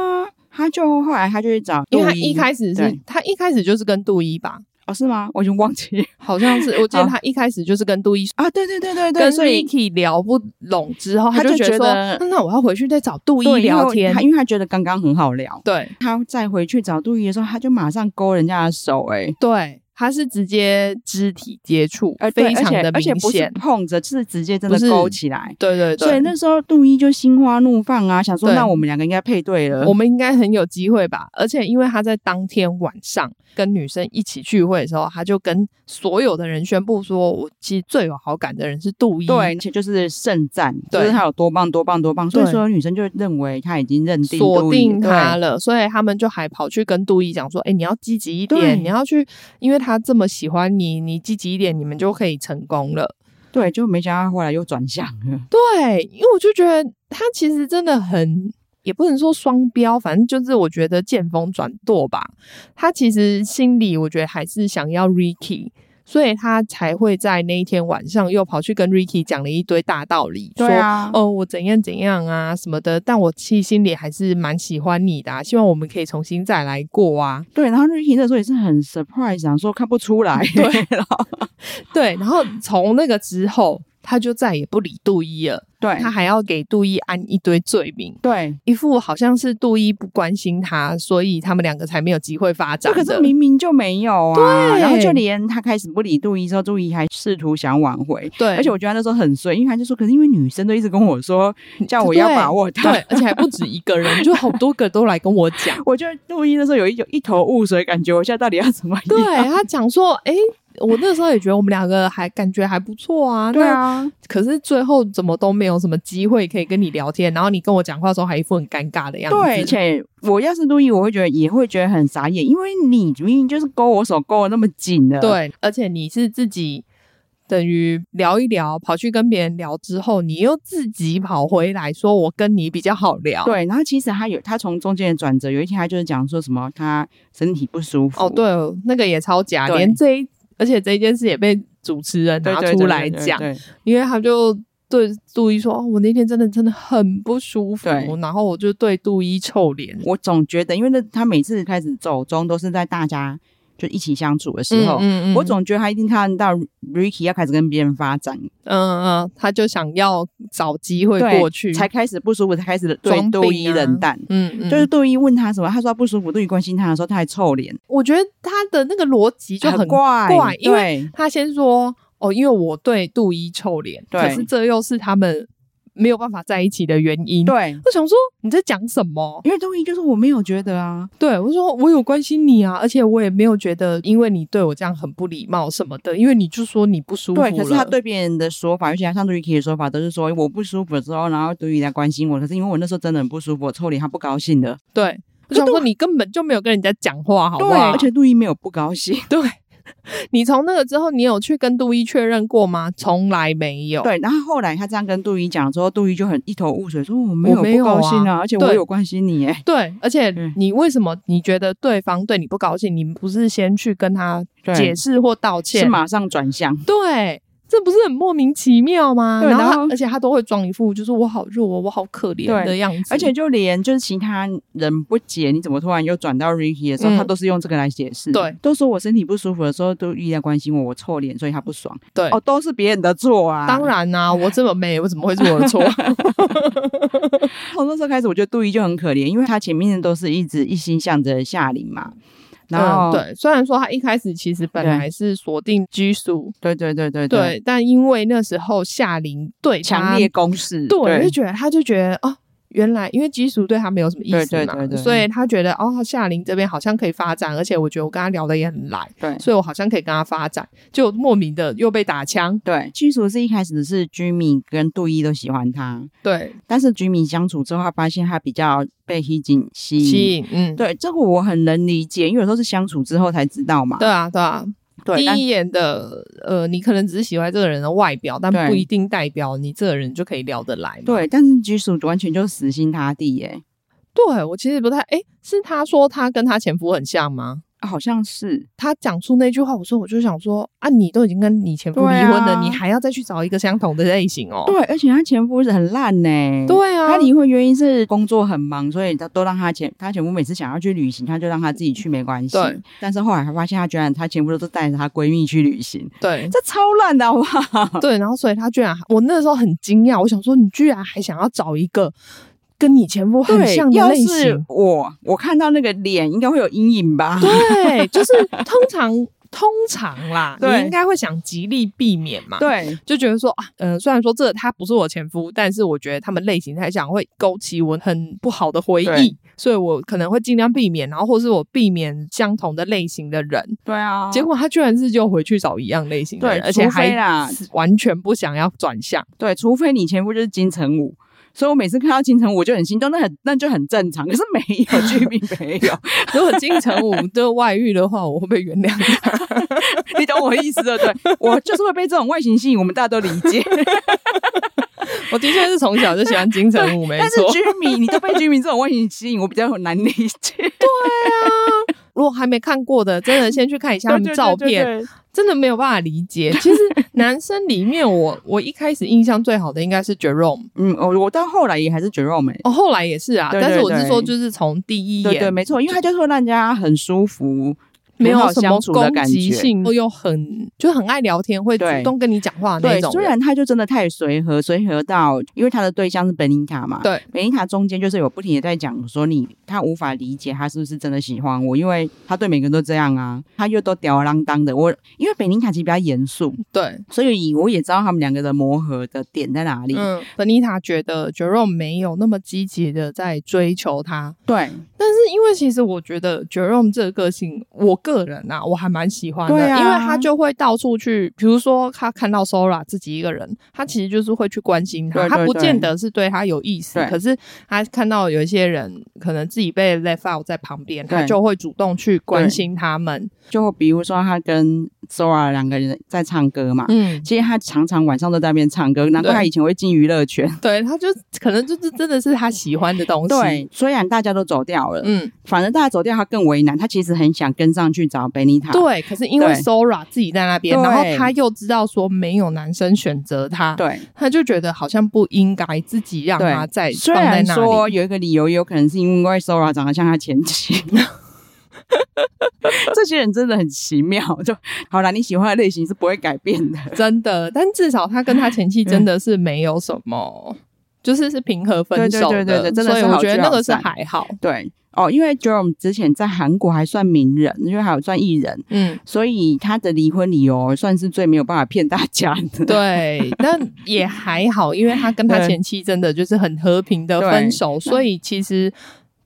Speaker 1: 他就后来他就去找杜
Speaker 2: 因为他
Speaker 1: 一
Speaker 2: 一开始是
Speaker 1: 对
Speaker 2: 他一开始就是跟杜一吧，
Speaker 1: 哦是吗？我已经忘记
Speaker 2: 好像是我记得
Speaker 1: 好
Speaker 2: 他一开始就是跟杜一
Speaker 1: 啊，对对对哦对
Speaker 2: 跟
Speaker 1: 对，所以
Speaker 2: Ricky 聊不拢之后，
Speaker 1: 他
Speaker 2: 就
Speaker 1: 就
Speaker 2: 觉得
Speaker 1: 觉
Speaker 2: 说
Speaker 1: 得
Speaker 2: 嗯那我要回去再找杜一
Speaker 1: 对因为
Speaker 2: 聊天
Speaker 1: 他，因为他觉得刚刚很好聊，
Speaker 2: 对
Speaker 1: 他再回去找杜一的时候，他就马上勾人家的手、哎。
Speaker 2: 对，他是直接肢体接触，
Speaker 1: 而呃对
Speaker 2: 非常的
Speaker 1: 而且而且
Speaker 2: 明
Speaker 1: 不是
Speaker 2: 显，
Speaker 1: 碰着，是直接真的
Speaker 2: 不是
Speaker 1: 勾起来。
Speaker 2: 对对对，
Speaker 1: 所以那时候杜一就心花怒放啊，想说
Speaker 2: 对
Speaker 1: 那我们两个应该配对了。
Speaker 2: 我们应该很有机会吧？而且因为他在当天晚上跟女生一起聚会的时候，他就跟所有的人宣布说，我其实最有好感的人是杜一，
Speaker 1: 对，而且就是盛赞，就
Speaker 2: 对
Speaker 1: 是他有多棒多棒多棒，所以
Speaker 2: 对
Speaker 1: 所有女生就认为他已经认定
Speaker 2: 锁
Speaker 1: 杜一
Speaker 2: 定他
Speaker 1: 对
Speaker 2: 了，所以他们就还跑去跟杜一讲说：“哎、你要积极一
Speaker 1: 对
Speaker 2: 点，你要去，因为他这么喜欢你，你积极一点，你们就可以成功了。
Speaker 1: 对，就没想到他后来又转向了”。
Speaker 2: 对，因为我就觉得他其实真的很，也不能说双标，反正就是我觉得见风转舵吧。他其实心里我觉得还是想要 Ricky。所以他才会在那一天晚上又跑去跟 Ricky 讲了一堆大道理，说
Speaker 1: 对啊，
Speaker 2: 哦，我怎样怎样啊什么的，但我其实心里还是蛮喜欢你的、啊，希望我们可以重新再来过啊。
Speaker 1: 对，然后瑞婷那时候也是很 surprise，想说看不出来， 对
Speaker 2: 对，然后从那个之后，他就再也不理杜一了，
Speaker 1: 对
Speaker 2: 他还要给杜一安一堆罪名，
Speaker 1: 对，
Speaker 2: 一副好像是杜一不关心他，所以他们两个才没有机会发展
Speaker 1: 这
Speaker 2: 的。
Speaker 1: 可是明明就没有啊。对然后就
Speaker 2: 对
Speaker 1: 连他开始不理杜一之后，杜一还试图想挽回。
Speaker 2: 对，
Speaker 1: 而且我觉得他那时候很衰，因为他就说，可是因为女生都一直跟我说叫我要把握他
Speaker 2: 嗯对，，而且还不止一个人，就好多个都来跟我 讲。
Speaker 1: 我觉得杜一那时候有一有一头雾水，感觉我现在到底要怎么
Speaker 2: 对啊
Speaker 1: 样？
Speaker 2: 他讲说，哎、我那时候也觉得我们两个还感觉还不错啊，
Speaker 1: 对啊，
Speaker 2: 那可是最后怎么都没有什么机会可以跟你聊天，然后你跟我讲话的时候还一副很尴尬的样子，
Speaker 1: 对，而且我要是路易，我会觉得也会觉得很傻眼，因为你明明就是勾我手勾的那么紧的，，
Speaker 2: 对，而且你是自己等于聊一聊，跑去跟别人聊之后，你又自己跑回来说，我跟你比较好聊。，
Speaker 1: 对，然后其实他有他从中间的转折，有一天他就是讲说什么他身体不舒服，
Speaker 2: 哦，对哦，那个也超假，
Speaker 1: 对
Speaker 2: 连这一，而且这一件事也被主持人
Speaker 1: 对，
Speaker 2: 拿
Speaker 1: 对
Speaker 2: 出来讲，
Speaker 1: 对对对对
Speaker 2: 因为他就。对杜一说、哦我那天真的真的很不舒服
Speaker 1: 对，
Speaker 2: 然后我就对杜一臭脸。
Speaker 1: 我总觉得，因为那他每次开始走中都是在大家就一起相处的时候，
Speaker 2: 嗯
Speaker 1: 我总觉得他一定看到 Ricky 要开始跟别人发展，
Speaker 2: 嗯嗯，他就想要找机会
Speaker 1: 对
Speaker 2: 过去，
Speaker 1: 才开始不舒服，才开始对
Speaker 2: 装
Speaker 1: 杜
Speaker 2: 病
Speaker 1: 一
Speaker 2: 啊
Speaker 1: 冷淡。
Speaker 2: 嗯嗯，
Speaker 1: 就是杜一问他什么，他说他不舒服，杜一关心他的时候，他还臭脸，
Speaker 2: 我觉得他的那个逻辑就很
Speaker 1: 怪
Speaker 2: 怪因为
Speaker 1: 对
Speaker 2: 他先说哦，因为我对杜一臭脸，
Speaker 1: 对
Speaker 2: 可是这又是他们没有办法在一起的原因。，
Speaker 1: 对，
Speaker 2: 我想说你在讲什么？
Speaker 1: 因为杜一就是我没有觉得啊，
Speaker 2: 对我说我有关心你啊，而且我也没有觉得因为你对我这样很不礼貌什么的，因为你就说你不舒服了。
Speaker 1: 对，可是他对别人的说法，而且他像杜一 k 的说法，都是说我不舒服的时候，然后杜一来关心我，可是因为我那时候真的很不舒服，我臭脸，他不高兴的，
Speaker 2: 对我想说你根本就没有跟人家讲话，好不好？
Speaker 1: 而且杜一没有不高兴，
Speaker 2: 对。你从那个之后，你有去跟杜一确认过吗？从来没有。
Speaker 1: 对，然后后来他这样跟杜一讲之后，杜一就很一头雾水，说我没
Speaker 2: 我
Speaker 1: 有
Speaker 2: 没
Speaker 1: 不
Speaker 2: 有
Speaker 1: 高兴
Speaker 2: 啊
Speaker 1: 啊，而且我
Speaker 2: 对
Speaker 1: 有关心你耶，
Speaker 2: 对，而且
Speaker 1: 嗯
Speaker 2: 你为什么你觉得对方对你不高兴，你不是先去跟他
Speaker 1: 对
Speaker 2: 解释或道歉
Speaker 1: 是？马上转向，
Speaker 2: 对，这不是很莫名其妙吗？
Speaker 1: 对
Speaker 2: 然后
Speaker 1: 然
Speaker 2: 他
Speaker 1: 后
Speaker 2: 而且他都会装一副就是我好弱哦，我好可怜
Speaker 1: 对
Speaker 2: 的样子，
Speaker 1: 而且就连就是其他人不解，你怎么突然又转到 Ricky 的时候，
Speaker 2: 嗯
Speaker 1: 他都是用这个来解释，
Speaker 2: 对，
Speaker 1: 都说我身体不舒服的时候都一直在关心我，我臭脸，所以他不爽，
Speaker 2: 对。
Speaker 1: 哦，都是别人的错啊，
Speaker 2: 当。然 啦、我这么美，我怎么会是我的错？
Speaker 1: 从那时候开始，我觉得杜一就很可怜，因为他前面都是一直一心向着夏琳嘛，然后、
Speaker 2: 嗯，对，虽然说他一开始其实本
Speaker 1: 对
Speaker 2: 来是锁定拘束，
Speaker 1: 对对对对对，
Speaker 2: 对，但因为那时候夏琳对他
Speaker 1: 强烈攻势，
Speaker 2: 对，我就觉得他就觉得哦，原来因为基础对他没有什么意
Speaker 1: 对
Speaker 2: 思
Speaker 1: 对
Speaker 2: 嘛，
Speaker 1: 对嗯对
Speaker 2: 所以他觉得哦，夏琳这边好像可以发展，而且我觉得我跟他聊的也很来，
Speaker 1: 对
Speaker 2: 所以我好像可以跟他发展，就莫名的又被打枪，
Speaker 1: 对，剧组是一开始是 Jimmy 跟杜一都喜欢他，
Speaker 2: 对，
Speaker 1: 但是 Jimmy 相处之后，他发现他比较被 h e j i n 吸引。
Speaker 2: 吸引，嗯，
Speaker 1: 对，这个我很能理解，因为有时候是相处之后才知道嘛。
Speaker 2: 对啊，对啊。第
Speaker 1: 对，但
Speaker 2: 一眼的，呃，你可能只是喜欢这个人的外表，但
Speaker 1: 对
Speaker 2: 不一定代表你这个人就可以聊得来嘛。
Speaker 1: 对，但是剧组完全就死心塌地耶，
Speaker 2: 对我其实不太，诶，是他说他跟他前夫很像吗？
Speaker 1: 啊好像是
Speaker 2: 他讲出那句话，我说我就想说啊，你都已经跟你前夫离
Speaker 1: 对啊
Speaker 2: 婚了，你还要再去找一个相同的类型哦？
Speaker 1: 对，而且他前夫是很烂呢。
Speaker 2: 对啊，
Speaker 1: 他离婚原因是工作很忙，所以他都让他前他前夫每次想要去旅行，他就让他自己去，没关系
Speaker 2: 对。
Speaker 1: 但是后来他发现，他居然他前夫都带着她闺蜜去旅行，
Speaker 2: 对
Speaker 1: 这超烂的好不好？
Speaker 2: 对，然后所以他居然，我那时候很惊讶，我想说你居然还想要找一个跟你前夫 很
Speaker 1: 对，
Speaker 2: 像的
Speaker 1: 要
Speaker 2: 类
Speaker 1: 是
Speaker 2: 型，
Speaker 1: 我，我看到那个脸，应该会有阴影吧？
Speaker 2: 对，就是通常通常啦，你
Speaker 1: 对
Speaker 2: 应该会想极力避免嘛，。
Speaker 1: 对
Speaker 2: 就觉得说啊，嗯、虽然说这他不是我前夫，但是我觉得他们类型太像，会勾起我很不好的回忆
Speaker 1: 对，
Speaker 2: 所以我可能会尽量避免，然后或是我避免相同的类型的人。
Speaker 1: 对啊，
Speaker 2: 结果他居然是就回去找一样类型的人，
Speaker 1: 对
Speaker 2: 而且
Speaker 1: 除非
Speaker 2: 还
Speaker 1: 啦
Speaker 2: 完全不想要转向。
Speaker 1: 对，除非你前夫就是金城武。所以我每次看到金城武就很心动，那很那就很正常。可是没有 居民没有，
Speaker 2: 如果金城武的外遇的话，我会不会原谅他？
Speaker 1: 你懂我意思对不对？我就是会被这种外形吸引，我们大家都理解。
Speaker 2: 我的确是从小就喜欢金城武，没
Speaker 1: 但是
Speaker 2: 错。
Speaker 1: 居民，你都被居民这种外形吸引，我比较难理 解。
Speaker 2: 如果还没看过的，真的先去看一下他们照片，
Speaker 1: 对，对对
Speaker 2: 真的没有办法理解。其实男生里面我，我一开始印象最好的应该是 Jerome，
Speaker 1: 嗯，我我到后来也还是 Jerome 欸。
Speaker 2: 哦，后来也是啊，
Speaker 1: 对对
Speaker 2: 但是我是
Speaker 1: 对
Speaker 2: 说，就是从第一眼
Speaker 1: 对对，没错，因为他就是会让人家很舒服，
Speaker 2: 没
Speaker 1: 很
Speaker 2: 有
Speaker 1: 好
Speaker 2: 什么
Speaker 1: 相处的
Speaker 2: 攻
Speaker 1: 感
Speaker 2: 击
Speaker 1: 觉。
Speaker 2: 性，又很就很爱聊天，会主
Speaker 1: 对
Speaker 2: 动跟你讲话的那
Speaker 1: 对
Speaker 2: 种，人。
Speaker 1: 虽然他就真的太随和，随和到，因为他的对象是本尼塔嘛，
Speaker 2: 对，
Speaker 1: 本尼塔中间就是有不停的在讲说你，他无法理解他是不是真的喜欢我，因为他对每个人都这样啊，他又都吊儿郎当的。我因为本尼塔其实比较严肃，
Speaker 2: 对，
Speaker 1: 所以我也知道他们两个的磨合的点在哪里。
Speaker 2: 嗯嗯，本妮塔觉得 Jerome 没有那么积极的在追求她，
Speaker 1: 对
Speaker 2: 但是因为其实我觉得 Jerome 这个个性，我个人啊，我还蛮喜欢的，
Speaker 1: 对啊
Speaker 2: 因为他就会到处去，比如说他看到 Sora 自己一个人，他其实就是会去关心他，
Speaker 1: 对对
Speaker 2: 他不
Speaker 1: 对
Speaker 2: 见得是对他有意思
Speaker 1: 对，
Speaker 2: 可是他看到有一些人可能自己被 left out 在旁边，他
Speaker 1: 对
Speaker 2: 就会主动去关心他们。
Speaker 1: 就比如说他跟 Sora 两个人在唱歌嘛，
Speaker 2: 嗯，
Speaker 1: 其实他常常晚上都在那边唱歌，难怪他以前会进娱乐圈。
Speaker 2: 对，他就可能就是真的是他喜欢的东西。，
Speaker 1: 对，虽然大家都走掉了，
Speaker 2: 嗯，
Speaker 1: 反正大家走掉他更为难，他其实很想跟上去找贝妮塔。
Speaker 2: 对。可是因为
Speaker 1: 啊对
Speaker 2: Sora 自己在那边，
Speaker 1: 对
Speaker 2: 然后他又知道说没有男生选择他，
Speaker 1: 对，
Speaker 2: 他就觉得好像不应该自己让
Speaker 1: 对
Speaker 2: 他在
Speaker 1: 虽
Speaker 2: 放在
Speaker 1: 然
Speaker 2: 那
Speaker 1: 说
Speaker 2: 里。
Speaker 1: 有一个理由，也有可能是因为 Sora 长得像他前 妻。这些人真的很奇妙，就好啦，你喜欢的类型是不会改变的。
Speaker 2: 真的，但至少他跟他前妻真的是没有什么，就是是平和分手
Speaker 1: 对对对对真的是
Speaker 2: 所以我觉得
Speaker 1: 好聚好
Speaker 2: 那个是
Speaker 1: 散
Speaker 2: 还好。
Speaker 1: 对哦，因为 Jerome 之前在韩国还算名人，因为还有算艺人，
Speaker 2: 嗯，
Speaker 1: 所以他的离婚理由算是最没有办法骗大家的。
Speaker 2: 对，但也还好，因为他跟他
Speaker 1: 对
Speaker 2: 前妻真的就是很和平的
Speaker 1: 对
Speaker 2: 分手，所以其实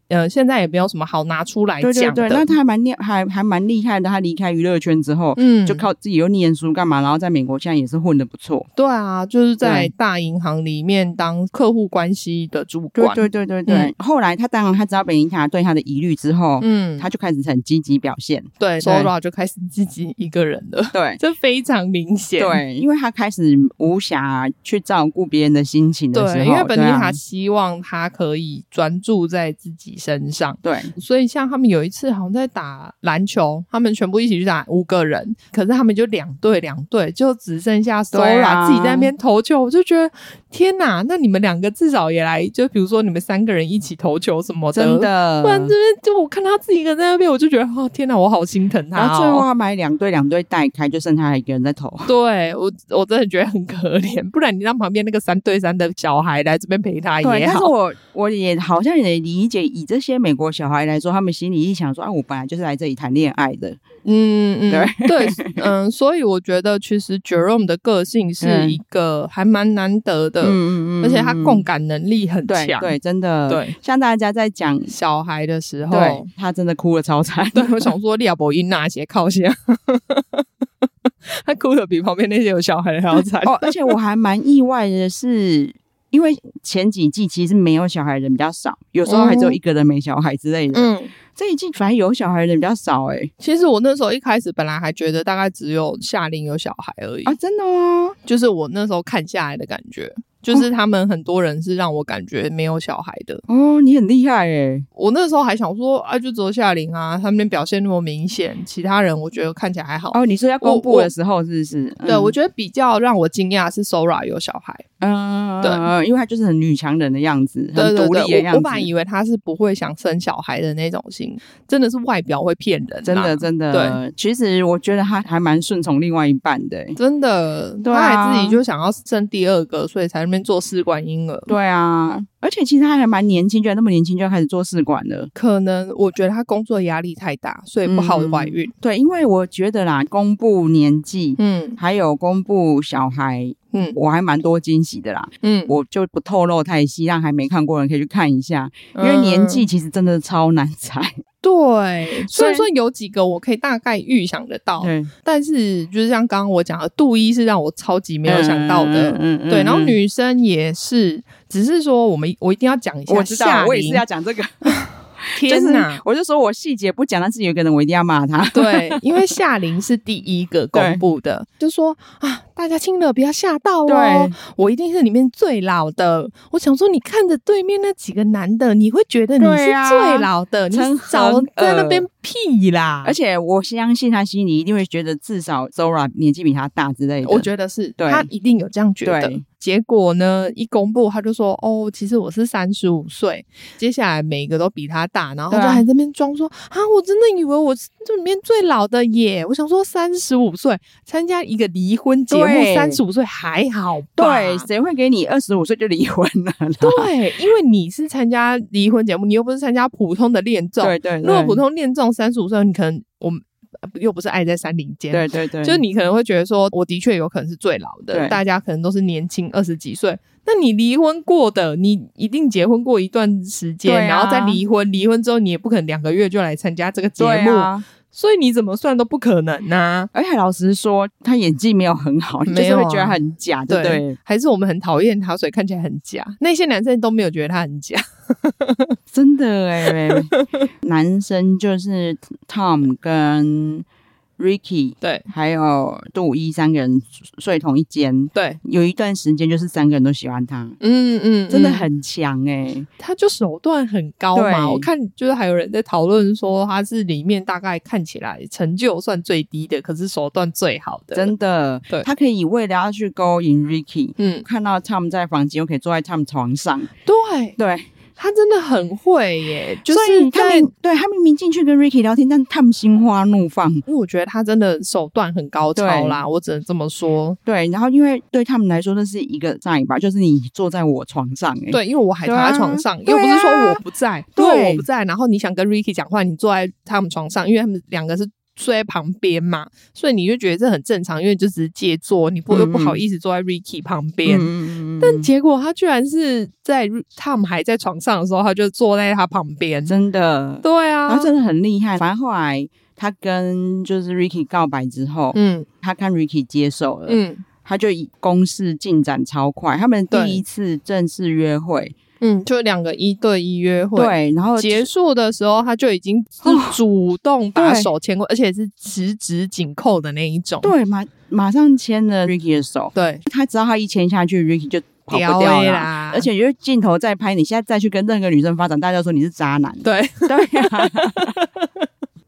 Speaker 2: 呃，现在也没有什么好拿出来
Speaker 1: 对对
Speaker 2: 讲
Speaker 1: 对，
Speaker 2: 的。
Speaker 1: 那他还蛮厉，还还蛮厉害的。他离开娱乐圈之后，
Speaker 2: 嗯，
Speaker 1: 就靠自己又念书干嘛，然后在美国现在也是混的不错。
Speaker 2: 对啊，就是在
Speaker 1: 对
Speaker 2: 大银行里面当客户关系的主
Speaker 1: 对
Speaker 2: 管。
Speaker 1: 对对对对。
Speaker 2: 嗯
Speaker 1: 后来他当然他知道北林塔对他的疑虑之后，
Speaker 2: 嗯，
Speaker 1: 他就开始很积极表现。
Speaker 2: 对 Sora 就开始自己一个人了，
Speaker 1: 对。
Speaker 2: 这非常明显。
Speaker 1: 对，因为他开始无暇去照顾别人的心情的时候，
Speaker 2: 对，因为本
Speaker 1: 对
Speaker 2: 尼
Speaker 1: 啊
Speaker 2: 塔希望他可以专注在自己身上。
Speaker 1: 对
Speaker 2: 所以，像他们有一次好像在打篮球，他们全部一起去打五个人，可是他们就两队两队，就只剩下 Sora、
Speaker 1: 对啊
Speaker 2: 自己在那边投球。我就觉得天哪，那你们两个至少也来，就比如说你们三个人一起投球什么的，
Speaker 1: 真的，
Speaker 2: 不然这边就我看他自己一个人在那边，我就觉得哦天哪，我好心疼他、哦。
Speaker 1: 然后最后他买两队两队带开，就剩他一个人在投。
Speaker 2: 对我，我真的觉得很可怜，不然你让旁边那个三对三的小孩来这边陪他也
Speaker 1: 但是
Speaker 2: 好。
Speaker 1: 我我也好像也理解，以这些美国小孩来说，他们心里一想说啊，我本来就是来这里谈恋爱的，
Speaker 2: 嗯嗯，
Speaker 1: 对
Speaker 2: 对，嗯，所以我觉得其实 Jerome 的个性是
Speaker 1: 嗯
Speaker 2: 一个还蛮难得的，
Speaker 1: 嗯
Speaker 2: 而且他共感能力很
Speaker 1: 对
Speaker 2: 强。
Speaker 1: 对，真的
Speaker 2: 对，
Speaker 1: 像大家在讲，
Speaker 2: 小孩的时候，
Speaker 1: 对他真的哭了超惨，
Speaker 2: 对我想说利亚伯因那些靠下， 他哭的比旁边那些有小孩还要 惨。
Speaker 1: 哦，而且我还蛮意外的是。因为前几季其实没有小孩的人比较少，有时候还只有一个人没小孩之类的。
Speaker 2: 嗯，
Speaker 1: 这一季反而有小孩的人比较少哎、
Speaker 2: 其实我那时候一开始本来还觉得大概只有夏令有小孩而已，
Speaker 1: 啊，真的哦，
Speaker 2: 就是我那时候看下来的感觉，就是他们很多人是让我感觉没有小孩的。
Speaker 1: 哦，你很厉害哎、
Speaker 2: 我那时候还想说，啊，就只有夏琳啊，他们表现那么明显，其他人我觉得看起来还好。
Speaker 1: 哦，你说要公
Speaker 2: 我
Speaker 1: 布
Speaker 2: 我
Speaker 1: 的时候是不是？
Speaker 2: 对，
Speaker 1: 嗯
Speaker 2: 我觉得比较让我惊讶的是 Sora 有小孩，
Speaker 1: 嗯，
Speaker 2: 对
Speaker 1: 对，因为她就是很女强人的样子，
Speaker 2: 对
Speaker 1: 很
Speaker 2: 对
Speaker 1: 独立的
Speaker 2: 对，我
Speaker 1: 样
Speaker 2: 我
Speaker 1: 子。
Speaker 2: 本来以为他是不会想生小孩的那种型，真的是外表会骗人、啊
Speaker 1: 真的真的，其实我觉得她还蛮顺从另外一半的欸。
Speaker 2: 真的，
Speaker 1: 对
Speaker 2: 他
Speaker 1: 啊
Speaker 2: 还自己就想要生第二个，所以才在那边做试管婴儿。
Speaker 1: 对啊，而且其实她还蛮年轻，居然那么年轻就要开始做试管了。
Speaker 2: 可能我觉得他工作压力太大，所以不好
Speaker 1: 嗯
Speaker 2: 怀孕。
Speaker 1: 对，因为我觉得啦，公布年纪。
Speaker 2: 嗯
Speaker 1: 还有公布小孩，
Speaker 2: 嗯
Speaker 1: 我还蛮多惊喜的啦，
Speaker 2: 嗯，
Speaker 1: 我就不透露太细，让还没看过的人可以去看一下，因为年纪其实真的超难猜。
Speaker 2: 对，虽
Speaker 1: 虽
Speaker 2: 然
Speaker 1: 然
Speaker 2: 说有几个我可以大概预想得到，
Speaker 1: 对，
Speaker 2: 但是就是像刚刚我讲的，杜一是让我超级没有想到的。
Speaker 1: 嗯嗯嗯嗯
Speaker 2: 对，然后
Speaker 1: 嗯
Speaker 2: 女生也是，只是说我们我一定要讲一下夏琳，
Speaker 1: 我知道，我也是要讲这个。就
Speaker 2: 天
Speaker 1: 是
Speaker 2: 哪，
Speaker 1: 我就说我细节不讲，但是有一个人我一定要骂他。
Speaker 2: 对，啊因为夏琳是第一个公布的，就说啊，大家听了不要吓到哦
Speaker 1: 对，
Speaker 2: 我一定是里面最老的。我想说，你看着对面那几个男的，你会觉得你是
Speaker 1: 对啊
Speaker 2: 最老的，你
Speaker 1: 真
Speaker 2: 早
Speaker 1: 很
Speaker 2: 在那
Speaker 1: 恶
Speaker 2: 边屁啦，
Speaker 1: 而且我相信他心里一定会觉得至少 Zora 年纪比他大之类的。
Speaker 2: 我觉得是，
Speaker 1: 对
Speaker 2: 他一定有这样觉得
Speaker 1: 对。
Speaker 2: 结果呢，一公布他就说：“哦，其实我是三十五岁。”接下来每个都比他大，然后
Speaker 1: 对
Speaker 2: 就
Speaker 1: 啊
Speaker 2: 还在那边装说：“啊，我真的以为我是这里面最老的耶！”我想说，三十五岁参加一个离婚节目，
Speaker 1: 对
Speaker 2: 三十五岁还好吧？
Speaker 1: 对，谁会给你二十五岁就离婚了啦？
Speaker 2: 对，因为你是参加啊离婚节目，你又不是参加普通的恋 综。
Speaker 1: 对对对，
Speaker 2: 如果普通恋综三十五岁，你可能我们。呃又不是爱在山林间，
Speaker 1: 对对对，
Speaker 2: 就是你可能会觉得说，我的确有可能是最老的，
Speaker 1: 对
Speaker 2: 大家可能都是年轻二十几岁。那你离婚过的，你一定结婚过一段时间，
Speaker 1: 对啊
Speaker 2: 然后再离婚，离婚之后你也不可能两个月就来参加这个节
Speaker 1: 对
Speaker 2: 目，
Speaker 1: 啊。
Speaker 2: 所以你怎么算都不可能呐、
Speaker 1: 而且老实说，他演技没有很 好，你就
Speaker 2: 没
Speaker 1: 是
Speaker 2: 有啊
Speaker 1: 会觉得很假，对不对？
Speaker 2: 还是我们很讨厌他，所以看起来很假。那些男生都没有觉得他很假，
Speaker 1: 真的哎、男生就是 Tom 跟 Ricky
Speaker 2: 对
Speaker 1: 还有杜一三个人睡同一间，
Speaker 2: 对，
Speaker 1: 有一段时间就是三个人都喜欢他，
Speaker 2: 嗯嗯
Speaker 1: 真的很强哎、
Speaker 2: 他就手段很高嘛。
Speaker 1: 对
Speaker 2: 我看就是还有人在讨论说，他是里面大概看起来成就算最低的，可是手段最好的。
Speaker 1: 真的
Speaker 2: 对，
Speaker 1: 他可以为了要去勾引 Ricky，
Speaker 2: 嗯，
Speaker 1: 看到 Tom 在房间，又可以坐在 Tom 床上，
Speaker 2: 对
Speaker 1: 对，
Speaker 2: 他真的很会耶，就
Speaker 1: 所以
Speaker 2: 是
Speaker 1: 他
Speaker 2: 在。
Speaker 1: 明对他明明进去跟 Ricky 聊天，但 Tom 心花怒放，
Speaker 2: 因为我觉得他真的手段很高超啦，我只能这么说。
Speaker 1: 对，然后因为对他们来说，那是一个 sign 吧，就是你坐在我床上、欸，，
Speaker 2: 对，因为我还
Speaker 1: 对
Speaker 2: 躺
Speaker 1: 啊
Speaker 2: 在床上，
Speaker 1: 对
Speaker 2: 又
Speaker 1: 啊
Speaker 2: 不是说我不在，如
Speaker 1: 对啊
Speaker 2: 果我不在，然后你想跟 Ricky 讲话，你坐在他们床上，因为他们两个是睡在旁边嘛，所以你就觉得这很正常，因为就只是借坐，你不
Speaker 1: 嗯
Speaker 2: 又不好意思坐在 Ricky 旁边。
Speaker 1: 嗯嗯嗯嗯
Speaker 2: 但结果他居然是在 Ri- Tom 还在床上的时候，他就坐在他旁边。
Speaker 1: 真的，
Speaker 2: 对啊，
Speaker 1: 然后真的很厉害。反正后来他跟就是 Ricky 告白之后，
Speaker 2: 嗯
Speaker 1: 他看 Ricky 接受了，
Speaker 2: 嗯
Speaker 1: 他就以攻势进展超快。他们
Speaker 2: 对
Speaker 1: 第一次正式约会，
Speaker 2: 嗯，就两个一对一约会。
Speaker 1: 对，然后
Speaker 2: 哦结束的时候，他就已经是
Speaker 1: 哦
Speaker 2: 主动把手牵过，而且是十指紧扣的那一种。
Speaker 1: 对马马上牵了 Ricky 的手，
Speaker 2: 对，
Speaker 1: 他只要他一牵下去，Ricky 就跑不掉
Speaker 2: 屌欸
Speaker 1: 了。
Speaker 2: 啦
Speaker 1: 而且就是镜头在拍，你现在再去跟任何女生发展，大家都说你是渣男。
Speaker 2: 对，
Speaker 1: 对呀、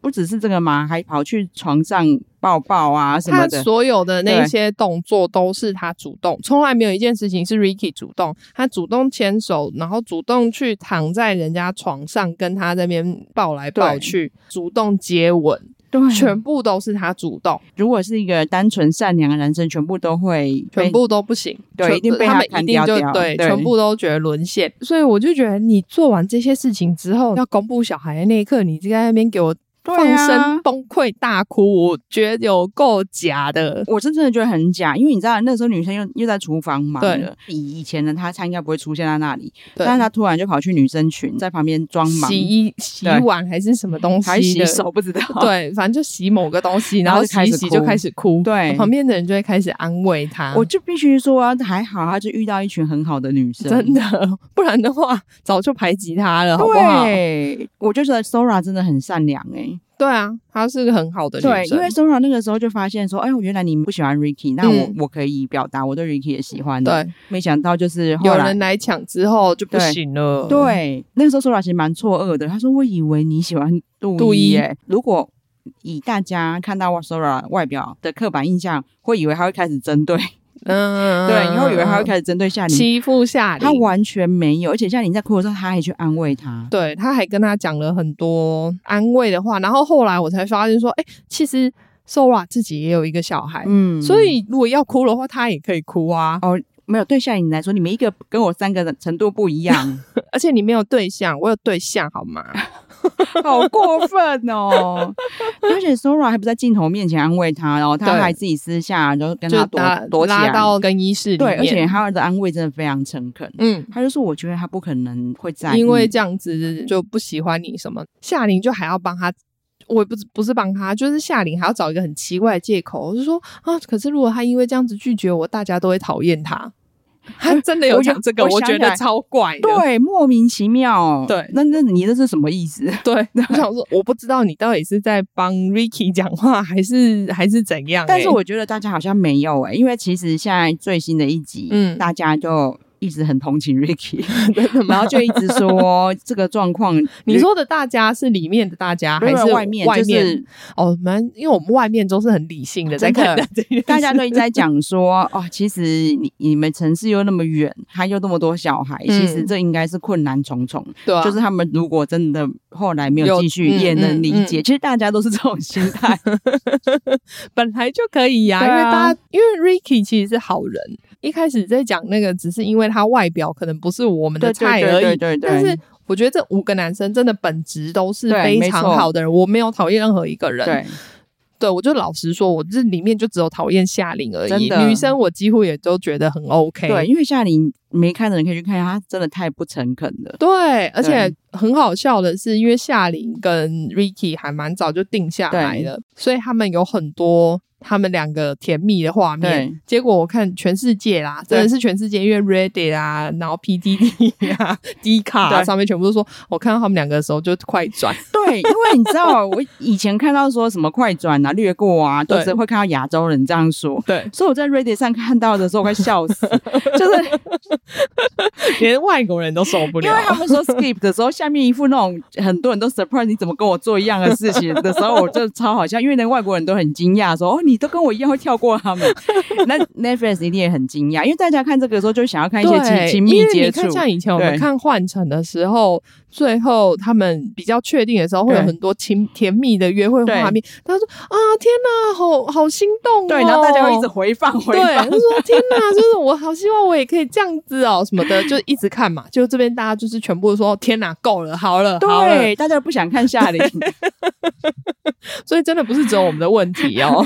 Speaker 1: 不只是这个嘛，还跑去床上抱抱啊什么
Speaker 2: 他
Speaker 1: 的。
Speaker 2: 所有的那些动作都是他主动，从来没有一件事情是 Ricky 主动，他主动牵手，然后主动去躺在人家床上跟他这边抱来抱去，主动接吻，
Speaker 1: 对，
Speaker 2: 全部都是他主动，
Speaker 1: 如果是一个单纯善良的男生，全部都会被
Speaker 2: 全部都不行，
Speaker 1: 对
Speaker 2: 全
Speaker 1: 一定被
Speaker 2: 他
Speaker 1: 他
Speaker 2: 们一
Speaker 1: 砍
Speaker 2: 定
Speaker 1: 掉
Speaker 2: 就
Speaker 1: 掉
Speaker 2: 对，
Speaker 1: 对
Speaker 2: 全部都觉得沦陷。所以我就觉得，你做完这些事情之后，要公布小孩的那一刻，你就在那边给我
Speaker 1: 对
Speaker 2: 放
Speaker 1: 啊
Speaker 2: 声崩溃大哭，我觉得有够假的。
Speaker 1: 我是真的觉得很假，因为你知道那时候女生又又在厨房忙
Speaker 2: 对
Speaker 1: 了，以以前的她，她应该不会出现在那里，
Speaker 2: 对
Speaker 1: 但是她突然就跑去女生群，在旁边装忙，
Speaker 2: 洗衣洗
Speaker 1: 对
Speaker 2: 碗还是什么东西的
Speaker 1: 还洗手，不知道，
Speaker 2: 对，反正就洗某个东西，
Speaker 1: 然
Speaker 2: 然
Speaker 1: 后
Speaker 2: 后
Speaker 1: 就
Speaker 2: 洗
Speaker 1: 开
Speaker 2: 一洗
Speaker 1: 始哭
Speaker 2: 就开始哭，
Speaker 1: 对
Speaker 2: 旁边的人就会开始安慰他。
Speaker 1: 我就必须说、啊还好她就遇到一群很好的女生，
Speaker 2: 真的，不然的话早就排挤他了，好不好？
Speaker 1: 对，我就觉得 Sora 真的很善良哎、
Speaker 2: 对啊，她是个很好的女
Speaker 1: 对，
Speaker 2: 生
Speaker 1: 因为 Sora 那个时候就发现说，哎，我原来你不喜欢 Ricky，那我、
Speaker 2: 嗯
Speaker 1: 我可以表达我对 Ricky 的喜欢的。
Speaker 2: 对，
Speaker 1: 没想到就是
Speaker 2: 有
Speaker 1: 后来
Speaker 2: 人，来抢之后就不
Speaker 1: 对
Speaker 2: 行了。，
Speaker 1: 对，那个时候 Sora 其实蛮错愕的，他说我以为你喜欢
Speaker 2: 杜
Speaker 1: 杜
Speaker 2: 一
Speaker 1: 一耶、如果以大家看到 Sora 外表的刻板印象，会以为他会开始针对，
Speaker 2: 嗯，
Speaker 1: 对，你会以为他会开始针对夏琳，
Speaker 2: 欺负夏
Speaker 1: 他
Speaker 2: 琳。
Speaker 1: 完全没有，而且夏琳在哭的时候，他还去安慰他。
Speaker 2: 对，他还跟他讲了很多安慰的话，然后后来我才发现说，哎、其实 Sora 自己也有一个小孩，
Speaker 1: 嗯
Speaker 2: 所以如果要哭的话，他也可以哭啊。
Speaker 1: 哦没有对夏琳来说，你们一个跟我三个的程度不一 样，
Speaker 2: 而且你没有对象，我有对象好吗？
Speaker 1: 好过分哦！而且 Sora 还不在镜头面前安慰他，然后他
Speaker 2: 对
Speaker 1: 还自己私下然后跟
Speaker 2: 就
Speaker 1: 他躲
Speaker 2: 拉
Speaker 1: 躲起
Speaker 2: 拉
Speaker 1: 来。
Speaker 2: 到更衣室里
Speaker 1: 对，
Speaker 2: 面，
Speaker 1: 而且他的安慰真的非常诚恳。
Speaker 2: 嗯。
Speaker 1: 他就说：“我觉得他不可能会在意，嗯
Speaker 2: 因为这样子就不喜欢你什么，夏琳就还要帮他，我也不是不是帮他，就是夏琳还要找一个很奇怪的借口，我就说啊，可是如果他因为这样子拒绝我，大家都会讨厌他。他真的有
Speaker 1: 我
Speaker 2: 讲这个，
Speaker 1: 我
Speaker 2: 我
Speaker 1: 想
Speaker 2: 觉
Speaker 1: 起
Speaker 2: 得
Speaker 1: 来
Speaker 2: 超怪的。
Speaker 1: 对莫名其妙。
Speaker 2: 对
Speaker 1: 那那你这是什么意思？
Speaker 2: 对，我想说，我不知道你到底是在帮 Ricky 讲话，还是还是怎样欸、
Speaker 1: 但是我觉得大家好像没有哎、因为其实现在最新的一集，
Speaker 2: 嗯
Speaker 1: 大家就一直很同情 Ricky，
Speaker 2: 真的
Speaker 1: 然
Speaker 2: 吗
Speaker 1: 后？就一直说这个状况，
Speaker 2: 你说的大家是里面的大家，
Speaker 1: 不
Speaker 2: 还是
Speaker 1: 外面
Speaker 2: 外
Speaker 1: 就
Speaker 2: 面、
Speaker 1: 是
Speaker 2: 哦，蛮，因为我们外面都是很理性的在
Speaker 1: 真的
Speaker 2: 看待这件事
Speaker 1: 大家都一直在讲说，哦，其实你你们城市又那么远，还有那么多小孩，
Speaker 2: 嗯
Speaker 1: 其实这应该是困难重重。
Speaker 2: 对啊
Speaker 1: 就是他们如果真的后来没
Speaker 2: 有
Speaker 1: 有继续，
Speaker 2: 嗯
Speaker 1: 也能理解。
Speaker 2: 嗯嗯
Speaker 1: 其实大家都是这种心 态，
Speaker 2: 本来就可以呀、
Speaker 1: 对啊
Speaker 2: 因为大家因为 Ricky 其实是好人，一开始在讲那个只是因为他外表可能不是我们的
Speaker 1: 对
Speaker 2: 菜
Speaker 1: 对
Speaker 2: 而
Speaker 1: 对
Speaker 2: 已，
Speaker 1: 对对对。
Speaker 2: 但是。我觉得这五个男生真的本质都是
Speaker 1: 对
Speaker 2: 非
Speaker 1: 没
Speaker 2: 常
Speaker 1: 错
Speaker 2: 好的人，我没有讨厌任何一个人。
Speaker 1: 对，
Speaker 2: 对，我就老实说，我这里面就只有讨厌夏琳而
Speaker 1: 真
Speaker 2: 已。
Speaker 1: 的
Speaker 2: 女生我几乎也都觉得很 OK。
Speaker 1: 对，因为夏琳没看的人可以去看一下，她真的太不诚恳 了。
Speaker 2: 对，而且
Speaker 1: 对
Speaker 2: 很好笑的是，因为夏琳跟 Ricky 还蛮早就定下来了，所以他们有很多他们两个甜蜜的画面
Speaker 1: 对。
Speaker 2: 结果我看全世界啦，真的
Speaker 1: 对
Speaker 2: 是全世界，因为 Reddit 啊，然后 PDD 啊、D 卡、啊、
Speaker 1: 对
Speaker 2: 上面全部都说，我看到他们两个的时候就快 转。
Speaker 1: 对，因为你知道，我以前看到说什么快转啊、略过啊，都
Speaker 2: 对
Speaker 1: 是会看到亚洲人这样说。
Speaker 2: 对，
Speaker 1: 所以我在 Reddit 上看到的时候，我快笑 死，就是
Speaker 2: 连外国人都受不
Speaker 1: 因
Speaker 2: 了
Speaker 1: 为。他们说 skip 的时候，下面一副那种很多人都 surprise 你怎么跟我做一样的事情的时候，我就超好笑，因为连外国人都很惊讶，说哦，你都跟我一样会跳过他 们。那 Netflix 一定也很惊讶，因为大家看这个的时候就想要看一些亲
Speaker 2: 对，
Speaker 1: 亲
Speaker 2: 因
Speaker 1: 密
Speaker 2: 为
Speaker 1: 接
Speaker 2: 你
Speaker 1: 触
Speaker 2: 看，。像以前我们
Speaker 1: 对
Speaker 2: 看《幻城》的时候，最后他们比较确定的时候，会有
Speaker 1: 对
Speaker 2: 很多亲甜蜜的约会
Speaker 1: 对
Speaker 2: 画面。他说：“啊，天哪，好好心动哦！”
Speaker 1: 对，然后大家会一直回放回
Speaker 2: 对， 他
Speaker 1: 放。
Speaker 2: 说：“天哪，就是我好希望我也可以这样子哦，什么的，就一直看嘛。”就这边大家就是全部说：“哦天哪，够了，好了，好了。
Speaker 1: 对，大家不想看夏 琳，”
Speaker 2: 所以真的不是只有我们的问 题哦。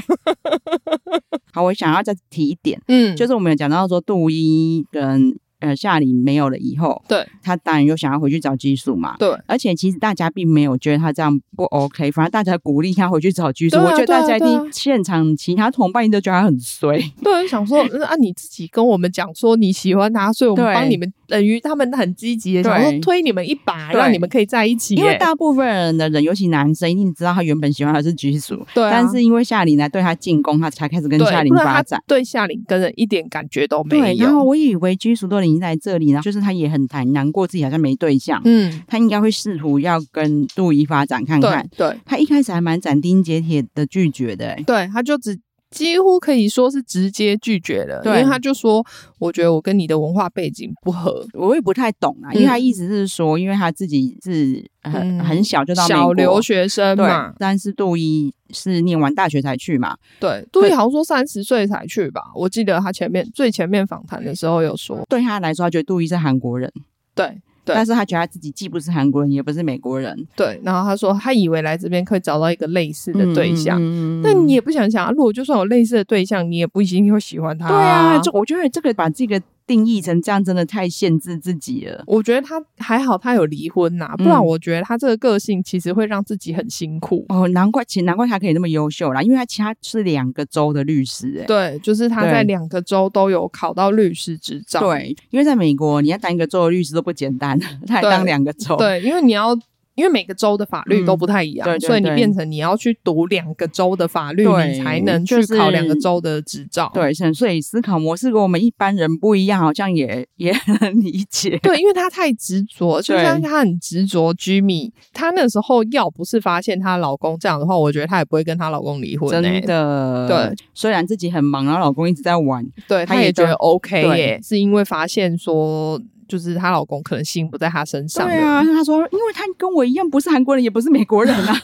Speaker 1: 好，我想要再提一点，
Speaker 2: 嗯，
Speaker 1: 就是我们有讲到说杜一跟呃夏琳没有了以后，
Speaker 2: 对
Speaker 1: 他当然又想要回去找激素嘛，
Speaker 2: 对。
Speaker 1: 而且其实大家并没有觉得他这样不 OK，反而大家鼓励他回去找居住。
Speaker 2: 对啊
Speaker 1: 我觉得大
Speaker 2: 对啊
Speaker 1: 家一
Speaker 2: 对啊
Speaker 1: 定现场其他同伴都觉得他很衰，
Speaker 2: 对，想说嗯啊，你自己跟我们讲说你喜欢他，所以我们
Speaker 1: 对
Speaker 2: 帮你们，等于他们很积极的
Speaker 1: 对
Speaker 2: 想说推你们一把，
Speaker 1: 对
Speaker 2: 让你们可以在一起耶。
Speaker 1: 因为大部分人的人，尤其男生，一定知道他原本喜欢的是居住，
Speaker 2: 对啊
Speaker 1: 但是因为夏琳来对他进攻，他才开始跟
Speaker 2: 对，
Speaker 1: 夏琳
Speaker 2: 不然他
Speaker 1: 发展。
Speaker 2: 对夏琳跟人一点感觉都没
Speaker 1: 对，然后
Speaker 2: 有。
Speaker 1: 我以为居住都已经来这里，然后就是他也很难难过自己好像没对象，
Speaker 2: 嗯，
Speaker 1: 他应该会试图要跟杜怡发展看
Speaker 2: 对
Speaker 1: 看。
Speaker 2: 对
Speaker 1: 他一开始还蛮斩钉截铁的拒绝的、欸，
Speaker 2: 对，他就只几乎可以说是直接拒绝了，因
Speaker 1: 对
Speaker 2: 为他就说，我觉得我跟你的文化背景不合。
Speaker 1: 我也不太懂啊，
Speaker 2: 嗯
Speaker 1: 因为他意思是说，因为他自己是很、
Speaker 2: 嗯
Speaker 1: 很小就到美国
Speaker 2: 小留学生
Speaker 1: 对
Speaker 2: 嘛，，
Speaker 1: 但是杜一是念完大学才去嘛，
Speaker 2: 对，杜毅好像说三十岁才去吧，我记得他前面最前面访谈的时候有说，
Speaker 1: 对他来说，他觉得杜一是韩国人，
Speaker 2: 对，对
Speaker 1: 但是他觉得他自己既不是韩国人，也不是美国人
Speaker 2: 对，然后他说他以为来这边可以找到一个类似的对象，
Speaker 1: 嗯嗯嗯
Speaker 2: 那你也不想想啊，如果就算有类似的对象，你也不一定会喜欢他、
Speaker 1: 对啊，就我觉得这个把这个定义成这样，真的太限制自己了。
Speaker 2: 我觉得他还好，他有离婚呐、
Speaker 1: 嗯
Speaker 2: 不然我觉得他这个个性其实会让自己很辛苦。
Speaker 1: 哦，难怪，其实难怪他可以那么优秀啦，因为他其他是两个州的律师、欸，
Speaker 2: 对，就是他在
Speaker 1: 对
Speaker 2: 两个州都有考到律师执照。
Speaker 1: 对，因为在美国，你要当一个州的律师都不简单，他还
Speaker 2: 对
Speaker 1: 当两个州，
Speaker 2: 对，因为你要。因为每个州的法律都不太一
Speaker 1: 嗯
Speaker 2: 样，
Speaker 1: 对对
Speaker 2: 所以你
Speaker 1: 对
Speaker 2: 变成你要去读两个州的法律，
Speaker 1: 对
Speaker 2: 你才能去
Speaker 1: 就是
Speaker 2: 考两个州的执照。
Speaker 1: 对，是所以思考模式跟我们一般人不一样，好像也也很理 解。
Speaker 2: 对，因为他太执着，就
Speaker 1: 对
Speaker 2: 像他很执着 Jimmy，她那时候要不是发现她老公这样的话，我觉得她也不会跟她老公离婚、欸。
Speaker 1: 真，的，
Speaker 2: 对，
Speaker 1: 虽然自己很忙，然后老公一直在玩，
Speaker 2: 对，
Speaker 1: 她
Speaker 2: 她也
Speaker 1: 也
Speaker 2: 觉得
Speaker 1: 都
Speaker 2: OK
Speaker 1: 对
Speaker 2: 耶、是因为发现说，就是她老公可能心不在她身上
Speaker 1: 对
Speaker 2: 了。
Speaker 1: 啊，他说，因为他跟我一样，不是韩国人，也不是美国人 啊，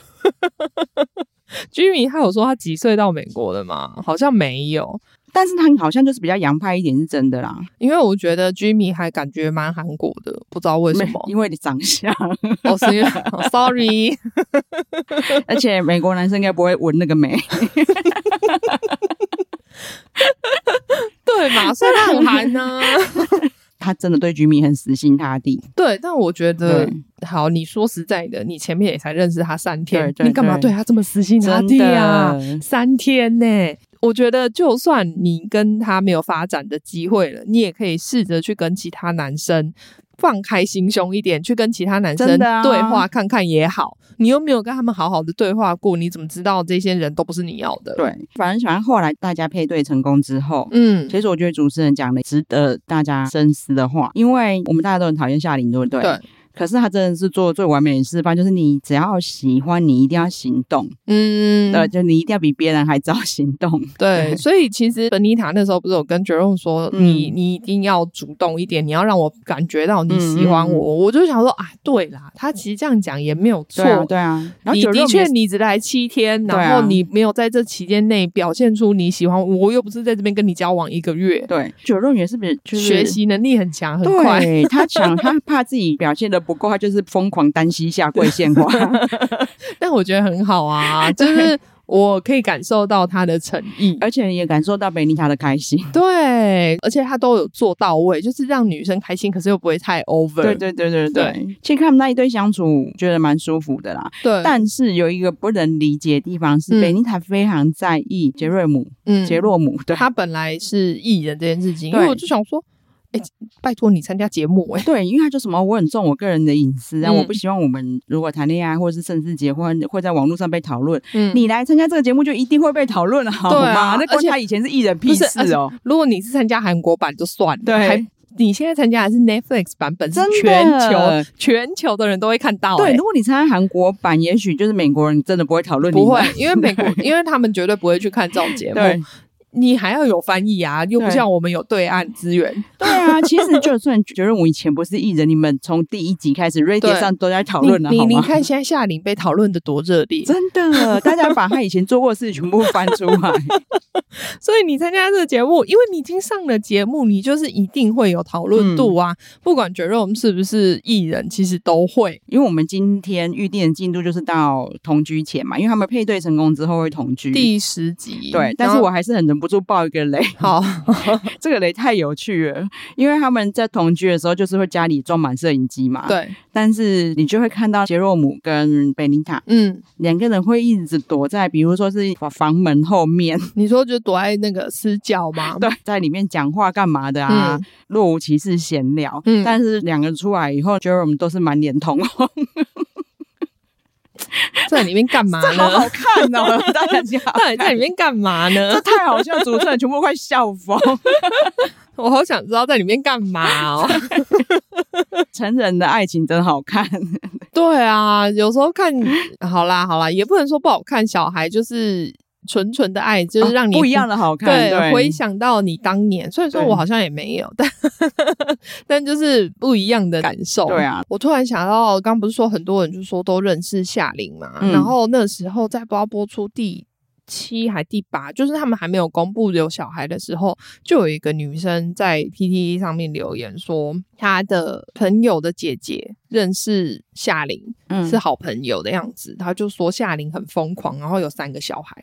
Speaker 2: Jimmy 他有说他几岁到美国的吗？好像没有，
Speaker 1: 但是他好像就是比较洋派一点，是真的啦，
Speaker 2: 因为我觉得 Jimmy 还感觉蛮韩国的，不知道为什
Speaker 1: 没
Speaker 2: 么。
Speaker 1: 因为你长相，
Speaker 2: 哦，是因为 sorry，
Speaker 1: 而且美国男生应该不会纹那个眉，
Speaker 2: 对嘛，所以他很韩
Speaker 1: 啊
Speaker 2: 呢、
Speaker 1: 他真的对居民很死心塌地，
Speaker 2: 对，但我觉得
Speaker 1: 对
Speaker 2: 好，你说实在的，你前面也才认识他三天，
Speaker 1: 对对
Speaker 2: 你干嘛
Speaker 1: 对
Speaker 2: 对他这么死心塌地啊？
Speaker 1: 真的
Speaker 2: 三天呢、我觉得就算你跟他没有发展的机会了，你也可以试着去跟其他男生。放开心胸一点，去跟其他男生
Speaker 1: 真的啊
Speaker 2: 对话看看也好。你又没有跟他们好好的对话过，你怎么知道这些人都不是你要的？，
Speaker 1: 对，反正反正后来大家配对成功之后，
Speaker 2: 嗯，
Speaker 1: 其实我觉得主持人讲的值得大家深思的话，因为我们大家都很讨厌夏琳，对不对？
Speaker 2: 对。
Speaker 1: 可是他真的是做最完美的示范，就是你只要喜欢，你一定要行动，
Speaker 2: 嗯，
Speaker 1: 对，就你一定要比别人还早行动，
Speaker 2: 对，
Speaker 1: 对
Speaker 2: 所以其实本妮塔那时候不是有跟 Jerome 说，
Speaker 1: 嗯
Speaker 2: 你你一定要主动一点，你要让我感觉到你喜欢
Speaker 1: 嗯嗯嗯
Speaker 2: 我。我就想说啊，对啦，他其实这样讲也没有错。
Speaker 1: 对啊，对啊。然后
Speaker 2: 你
Speaker 1: 九
Speaker 2: 的确，你只来七天，
Speaker 1: 对
Speaker 2: 然
Speaker 1: 啊
Speaker 2: 后你没有在这期间内表现出你喜欢我，我又不是在这边跟你交往一个月，
Speaker 1: 对九肉也是比就是
Speaker 2: 学。习能力很强，很快。
Speaker 1: 对他想，他怕自己表现的不 够，他就是疯狂单膝下跪献花。
Speaker 2: 但我觉得很好啊，就是我可以感受到他的诚意。
Speaker 1: 而且也感受到贝妮塔的开心。
Speaker 2: 对，而且他都有做到位，就是让女生开心，可是又不会太 over。
Speaker 1: 对对对对对，其实他们那一对相处，觉得蛮舒服的啦。
Speaker 2: 对，
Speaker 1: 但是有一个不能理解的地方是，
Speaker 2: 呃嗯
Speaker 1: 贝妮塔非常在意杰瑞姆、
Speaker 2: 嗯
Speaker 1: 杰洛姆，对
Speaker 2: 他本来是艺人这件事情，因为
Speaker 1: 对
Speaker 2: 我就想说，哎、拜托你参加节目、哎，
Speaker 1: 对，因为他就什么我很重我个人的隐私啊，
Speaker 2: 嗯
Speaker 1: 我不希望我们如果谈恋爱或者是甚至结婚会在网络上被讨论。
Speaker 2: 嗯
Speaker 1: 你来参加这个节目就一定会被讨论，好
Speaker 2: 对啊
Speaker 1: 吗？那
Speaker 2: 而
Speaker 1: 关
Speaker 2: 且
Speaker 1: 他以前是艺人
Speaker 2: 不
Speaker 1: 屁
Speaker 2: 是
Speaker 1: 事哦，
Speaker 2: 如果你是参加韩国版就算了，
Speaker 1: 对
Speaker 2: 还你现在参加的是 Netflix 版本，是
Speaker 1: 真的
Speaker 2: 全球全球的人都会看到、
Speaker 1: 对，
Speaker 2: 哎
Speaker 1: 如果你参加韩国版，也许就是美国人真的不会讨论你，
Speaker 2: 不会，因为 美国，因为他们绝对不会去看这种节目。
Speaker 1: 对
Speaker 2: 你还要有翻译啊，又不
Speaker 1: 对
Speaker 2: 像我们有对岸资源。
Speaker 1: 对啊。其实就算 觉得我以前不是艺人，你们从第一集开始 radio 上都在讨论了，
Speaker 2: 你
Speaker 1: 好
Speaker 2: 你你
Speaker 1: 吗？
Speaker 2: 看现在夏琳被讨论的多热烈，
Speaker 1: 真的，大家把他以前做过的事全部翻出来，
Speaker 2: 所以你参加这个节目，因为你已经上了节目，你就是一定会有讨论度啊。
Speaker 1: 嗯
Speaker 2: 不管 Jerome 是不是艺人，其实都会。
Speaker 1: 因为我们今天预定的进度就是到同居前嘛，因为他们配对成功之后会同 居。
Speaker 2: 第十集，
Speaker 1: 嗯对，但是我还是很忍不住爆一个雷，
Speaker 2: 好，
Speaker 1: 这个雷太有趣了，因为他们在同居的时候就是会家里装满摄影机嘛，，
Speaker 2: 对，
Speaker 1: 但是你就会看到杰洛姆跟贝妮塔
Speaker 2: 嗯，
Speaker 1: 两个人会一直躲在，比如说是房门后面，
Speaker 2: 你说就躲在那个私角吗？
Speaker 1: 对，在里面讲话干嘛的啊，
Speaker 2: 嗯
Speaker 1: 若无其事闲聊，
Speaker 2: 嗯
Speaker 1: 但是两个人出来以后，Jerome 都是满脸通红，
Speaker 2: 在里面干 嘛
Speaker 1: 这好 好
Speaker 2: 呢？
Speaker 1: 看哦，
Speaker 2: 嗯
Speaker 1: 大家。
Speaker 2: 到底在里面干嘛
Speaker 1: 这
Speaker 2: 呢？
Speaker 1: 太好笑，主持人全部快笑疯。
Speaker 2: 我好想知道在里面干嘛 哦。
Speaker 1: 成人的爱情真好看，
Speaker 2: 对啊，有时候看，好啦好啦，也不能说不好看。小孩就是纯纯的爱，就是让你
Speaker 1: 哦不一样的好看。
Speaker 2: 对，
Speaker 1: 对，
Speaker 2: 回想到你当年，虽然说
Speaker 1: 对
Speaker 2: 我好像也没有， 但但就是不一样的感受。
Speaker 1: 对啊，
Speaker 2: 我突然想到，刚不是说很多人就说都认识夏琳嘛，
Speaker 1: 嗯
Speaker 2: 然后那时候在不知道播出第。七还第八，就是他们还没有公布有小孩的时候，就有一个女生在 PTT 上面留言说，她的朋友的姐姐认识夏琳，
Speaker 1: 嗯
Speaker 2: 是好朋友的样子，她就说夏琳很疯狂，然后有三个小孩，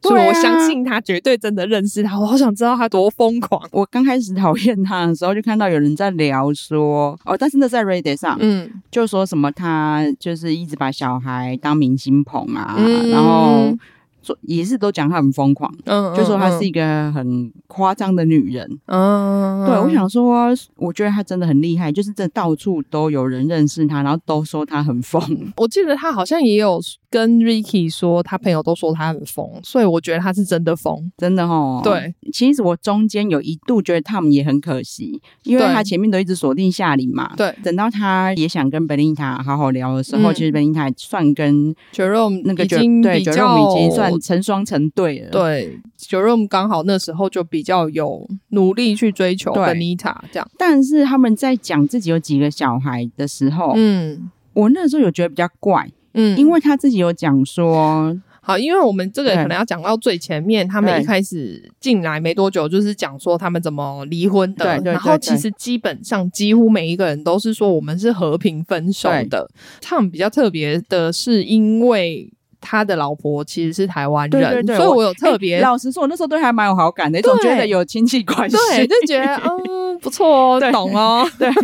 Speaker 1: 对
Speaker 2: 所以我
Speaker 1: 啊
Speaker 2: 相信她绝对真的认识他。我好想知道她多疯 狂。
Speaker 1: 我刚开始讨厌他的时候，就看到有人在聊说，哦，但是那在 Reddit 上，
Speaker 2: 嗯，
Speaker 1: 就说什么他就是一直把小孩当明星捧啊，
Speaker 2: 嗯
Speaker 1: 然后做也是都讲她很疯狂，
Speaker 2: 嗯
Speaker 1: 就说她是一个很夸张的女人。
Speaker 2: 嗯，嗯
Speaker 1: 对，我，想说，我觉得她真的很厉害，就是这到处都有人认识她，然后都说她很疯。
Speaker 2: 我记得她好像也有跟 Ricky 说，她朋友都说她很疯，所以我觉得她是真的疯。
Speaker 1: 真的哦，
Speaker 2: 对，
Speaker 1: 其实我中间有一度觉得 Tom 也很可惜，因为
Speaker 2: 对
Speaker 1: 他前面都一直锁定夏琳嘛。
Speaker 2: 对
Speaker 1: 等到他也想跟贝琳塔好好聊的时候，
Speaker 2: 嗯
Speaker 1: 其实贝琳塔算跟
Speaker 2: Jerome
Speaker 1: 那个
Speaker 2: 已
Speaker 1: Jo-
Speaker 2: 经
Speaker 1: 对
Speaker 2: 比
Speaker 1: j
Speaker 2: 较
Speaker 1: e r o 已经算成双成对了。
Speaker 2: 对 Jerome 刚好那时候就比较有努力去追求
Speaker 1: 对
Speaker 2: Benita 这样。
Speaker 1: 但是他们在讲自己有几个小孩的时候，
Speaker 2: 嗯
Speaker 1: 我那时候有觉得比较怪，
Speaker 2: 嗯
Speaker 1: 因为他自己有讲说，
Speaker 2: 好，因为我们这个
Speaker 1: 对
Speaker 2: 可能要讲到最前面，他们
Speaker 1: 对
Speaker 2: 一开始进来没多久，就是讲说他们怎么离婚的。
Speaker 1: 对对对
Speaker 2: 然后
Speaker 1: 对
Speaker 2: 其实基本上几乎每一个人都是说我们是和平分手的。Tom 比较特别的是，因为他的老婆其实是台湾人，
Speaker 1: 对对对，
Speaker 2: 所以我有特别、
Speaker 1: 哎老实说，我那时候对他还蛮有好感的，总觉得有亲戚关系。
Speaker 2: 对，就觉得嗯不错哦，
Speaker 1: 对
Speaker 2: 懂哦。
Speaker 1: 对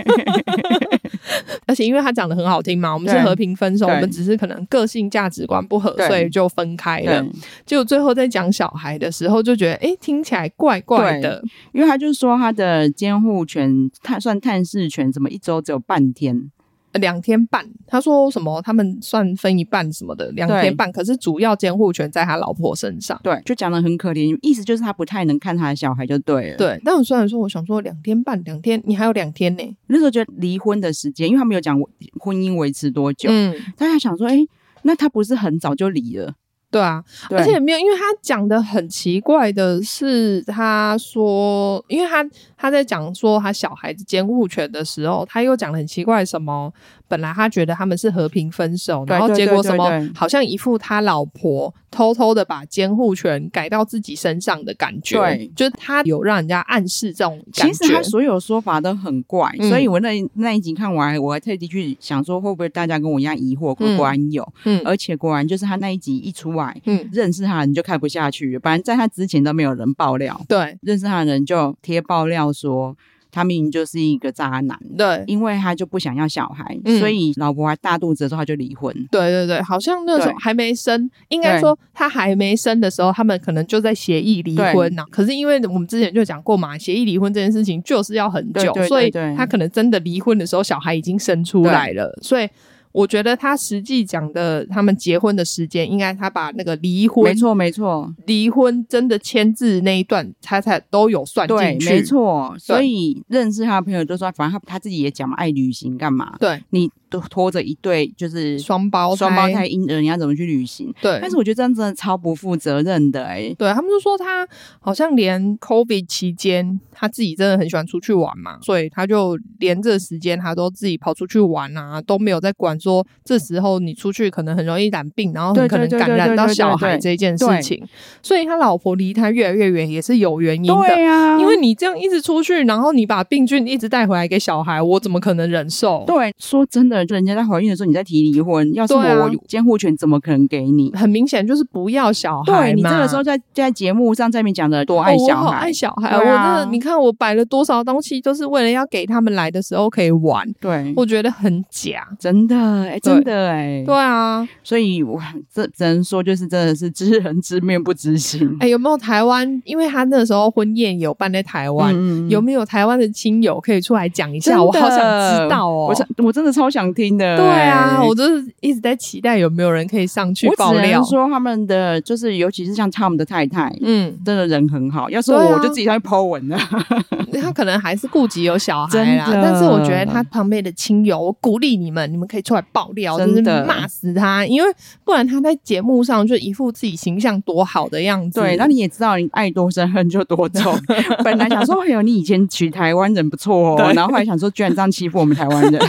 Speaker 2: 而且因为他讲的很好听嘛，我们是
Speaker 1: 对
Speaker 2: 和平分手，我
Speaker 1: 对
Speaker 2: 们只是可能个性价值观不合，
Speaker 1: 对
Speaker 2: 所以就分开了
Speaker 1: 对。
Speaker 2: 就最后在讲小孩的时候，就觉得哎、诶听起来怪怪的，
Speaker 1: 因为他就是说他的监护权、探算探视权，怎么一周只有半天？
Speaker 2: 呃两天半。他说什么？他们算分一半什么的，两天半。可是主要监护权在他老婆身上。
Speaker 1: 对，就讲的很可怜，意思就是他不太能看他的小孩就对了。，
Speaker 2: 对，但我虽然说我想说两天半，两天你还有两天呢。
Speaker 1: 那时候觉得离婚的时间，因为他没有讲婚姻维持多久，
Speaker 2: 嗯，
Speaker 1: 大家想说，哎，那他不是很早就离了？
Speaker 2: 对啊，
Speaker 1: 对，
Speaker 2: 而且没有，因为他讲的很奇怪的是，他说，因为他他在讲说他小孩子监护权的时候，他又讲的很奇怪，什么本来他觉得他们是和平分手，
Speaker 1: 对
Speaker 2: 然后
Speaker 1: 对
Speaker 2: 结
Speaker 1: 对
Speaker 2: 果
Speaker 1: 对
Speaker 2: 什么
Speaker 1: 对
Speaker 2: 好像一副他老婆偷偷的把监护权改到自己身上的感觉。
Speaker 1: 对，
Speaker 2: 就是他有让人家暗示这种感
Speaker 1: 其
Speaker 2: 觉。
Speaker 1: 实他所有说法都很怪，
Speaker 2: 嗯
Speaker 1: 所以我那那一集看完，我还特地去想说，会不会大家跟我一样疑惑？
Speaker 2: 嗯
Speaker 1: 果然有，
Speaker 2: 嗯
Speaker 1: 而且果然就是他那一集一出来，
Speaker 2: 嗯，
Speaker 1: 认识他的人就看不下去了，反正在他之前都没有人爆料，
Speaker 2: 对
Speaker 1: 认识他的人就贴爆料说他明明就是一个渣男，
Speaker 2: 对
Speaker 1: 因为他就不想要小孩，
Speaker 2: 嗯
Speaker 1: 所以老婆还大肚子的时候他就离婚。
Speaker 2: 对对对，好像那时候
Speaker 1: 对
Speaker 2: 还没生，应该
Speaker 1: 对
Speaker 2: 说他还没生的时候，他们可能就在协议离婚呐、可是因为我们之前就讲过嘛，协议离婚这件事情就是要很
Speaker 1: 对
Speaker 2: 久，
Speaker 1: 对对
Speaker 2: 所以
Speaker 1: 对
Speaker 2: 他可能真的离婚的时候，小孩已经生出来了，所以。我觉得他实际讲的，他们结婚的时间，应该他把那个离婚
Speaker 1: 没、错，没错，
Speaker 2: 离婚真的签字那一段，他才都有算
Speaker 1: 对
Speaker 2: 进，去。
Speaker 1: 没，错。所以认识他的朋友就说，反正他他自己也讲嘛，爱旅行干嘛？
Speaker 2: 对，
Speaker 1: 你都拖着一对就是
Speaker 2: 双胞
Speaker 1: 双胞胎，婴儿，你要怎么去旅行？
Speaker 2: 对，
Speaker 1: 但是我觉得这样真的超不负责任的哎、
Speaker 2: 对他们就说他好像连 COVID 期间他自己真的很喜欢出去玩嘛，所以他就连这时间他都自己跑出去玩啊，都没有在管说这时候你出去可能很容易染病，然后很
Speaker 1: 对
Speaker 2: 可能
Speaker 1: 对对
Speaker 2: 感
Speaker 1: 对
Speaker 2: 染
Speaker 1: 对
Speaker 2: 到
Speaker 1: 对
Speaker 2: 小孩
Speaker 1: 对
Speaker 2: 这件事
Speaker 1: 对
Speaker 2: 情。所以他老婆离他越来越远也是有原因的。
Speaker 1: 对啊呀、
Speaker 2: 因为你这样一直出去，然后你把病菌一直带回来给小孩，我怎么可能忍受？
Speaker 1: 对，说真的，人家在怀孕的时候你在提离婚，要是我，
Speaker 2: 对啊
Speaker 1: 我监护权怎么可能给你？
Speaker 2: 很明显就是不要小孩嘛。
Speaker 1: 对你这个时候在在节目上在面讲的多爱
Speaker 2: 哦、我
Speaker 1: 小
Speaker 2: 好
Speaker 1: 孩，
Speaker 2: 爱小孩，
Speaker 1: 对啊
Speaker 2: 我真的，你看我摆了多少东西，都是为了要给他们来的时候可以玩，
Speaker 1: 对，
Speaker 2: 我觉得很假。
Speaker 1: 真的哎、真的哎、
Speaker 2: 对啊，
Speaker 1: 所以我这只能说就是真的是知人知面不知心，
Speaker 2: 哎、有没有台湾？因为他那时候婚宴有办在台湾，
Speaker 1: 嗯嗯
Speaker 2: 有没有台湾的亲友可以出来讲一
Speaker 1: 真
Speaker 2: 下？
Speaker 1: 的
Speaker 2: 我好想知道哦
Speaker 1: 我。真我真的超想听的、
Speaker 2: 对啊，
Speaker 1: 哎
Speaker 2: 我就是一直在期待有没有人可以上去爆
Speaker 1: 我只
Speaker 2: 料
Speaker 1: 能。说他们的就是尤其是像他们的太太。
Speaker 2: 嗯，
Speaker 1: 真的人很好，要是
Speaker 2: 对
Speaker 1: 我
Speaker 2: 啊
Speaker 1: 我就自己上去 Po 文了。
Speaker 2: 他可能还是顾及有小孩啦，
Speaker 1: 真的
Speaker 2: 但是我觉得他旁边的亲友，我鼓励你们，你们可以出来爆料，就
Speaker 1: 真
Speaker 2: 是
Speaker 1: 的
Speaker 2: 骂死他，因为不然他在节目上就一副自己形象多好的样子。
Speaker 1: 对，那你也知道，你爱多深恨就多 重。本来想说，哎呦，你以前娶台湾人不错哦
Speaker 2: 对，
Speaker 1: 然后后来想说，居然这样欺负我们台湾人。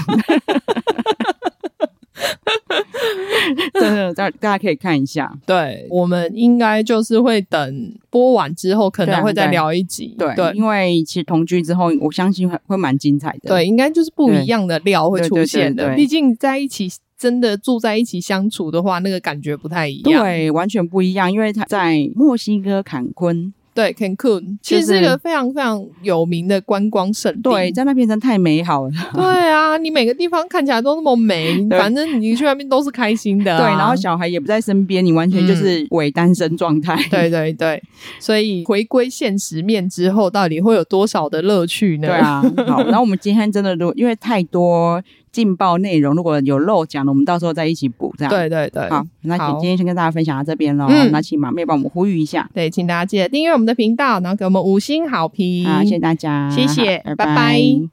Speaker 1: 真的，大大家可以看一下。
Speaker 2: 对，我们应该就是会等播完之后，可
Speaker 1: 对
Speaker 2: 能
Speaker 1: 啊
Speaker 2: 会再
Speaker 1: 对
Speaker 2: 聊一集。
Speaker 1: 对，
Speaker 2: 对
Speaker 1: 因为其实同居之后，我相信会会蛮精彩的。
Speaker 2: 对，应该就是不一
Speaker 1: 对
Speaker 2: 样的料会
Speaker 1: 对
Speaker 2: 出
Speaker 1: 对对
Speaker 2: 现的。
Speaker 1: 对
Speaker 2: 毕竟在一起真的住在一起相处的话，那个感觉不太一样。
Speaker 1: 对，完全不一样，因为他在墨西哥坎昆，
Speaker 2: 对，Cancun 其
Speaker 1: 就
Speaker 2: 实是一
Speaker 1: 是
Speaker 2: 个非常非常有名的观光胜地。
Speaker 1: 对，在那边真的太美好了。
Speaker 2: 对啊，你每个地方看起来都那么美，
Speaker 1: 对
Speaker 2: 反正你去外面都是开心的啊、嗯
Speaker 1: 对，然后小孩也不在身边，你完全就是伪单身状态。
Speaker 2: 对对对，所以回归现实面之后，到底会有多少的乐趣呢？
Speaker 1: 对，啊， 好，然后我们今天真的如因为太多劲爆内容，如果有漏讲的，我们到时候再一起补这样。，
Speaker 2: 对对对，
Speaker 1: 啊好，那
Speaker 2: 好
Speaker 1: 今天先跟大家分享到这边喽。
Speaker 2: 嗯
Speaker 1: 那请马妹帮我们呼吁一下，
Speaker 2: 对，请大
Speaker 1: 啊
Speaker 2: 家记得订阅我们的频道，然后给我们五星好评。
Speaker 1: 啊，谢谢大家，
Speaker 2: 嗯谢谢
Speaker 1: 好
Speaker 2: 拜拜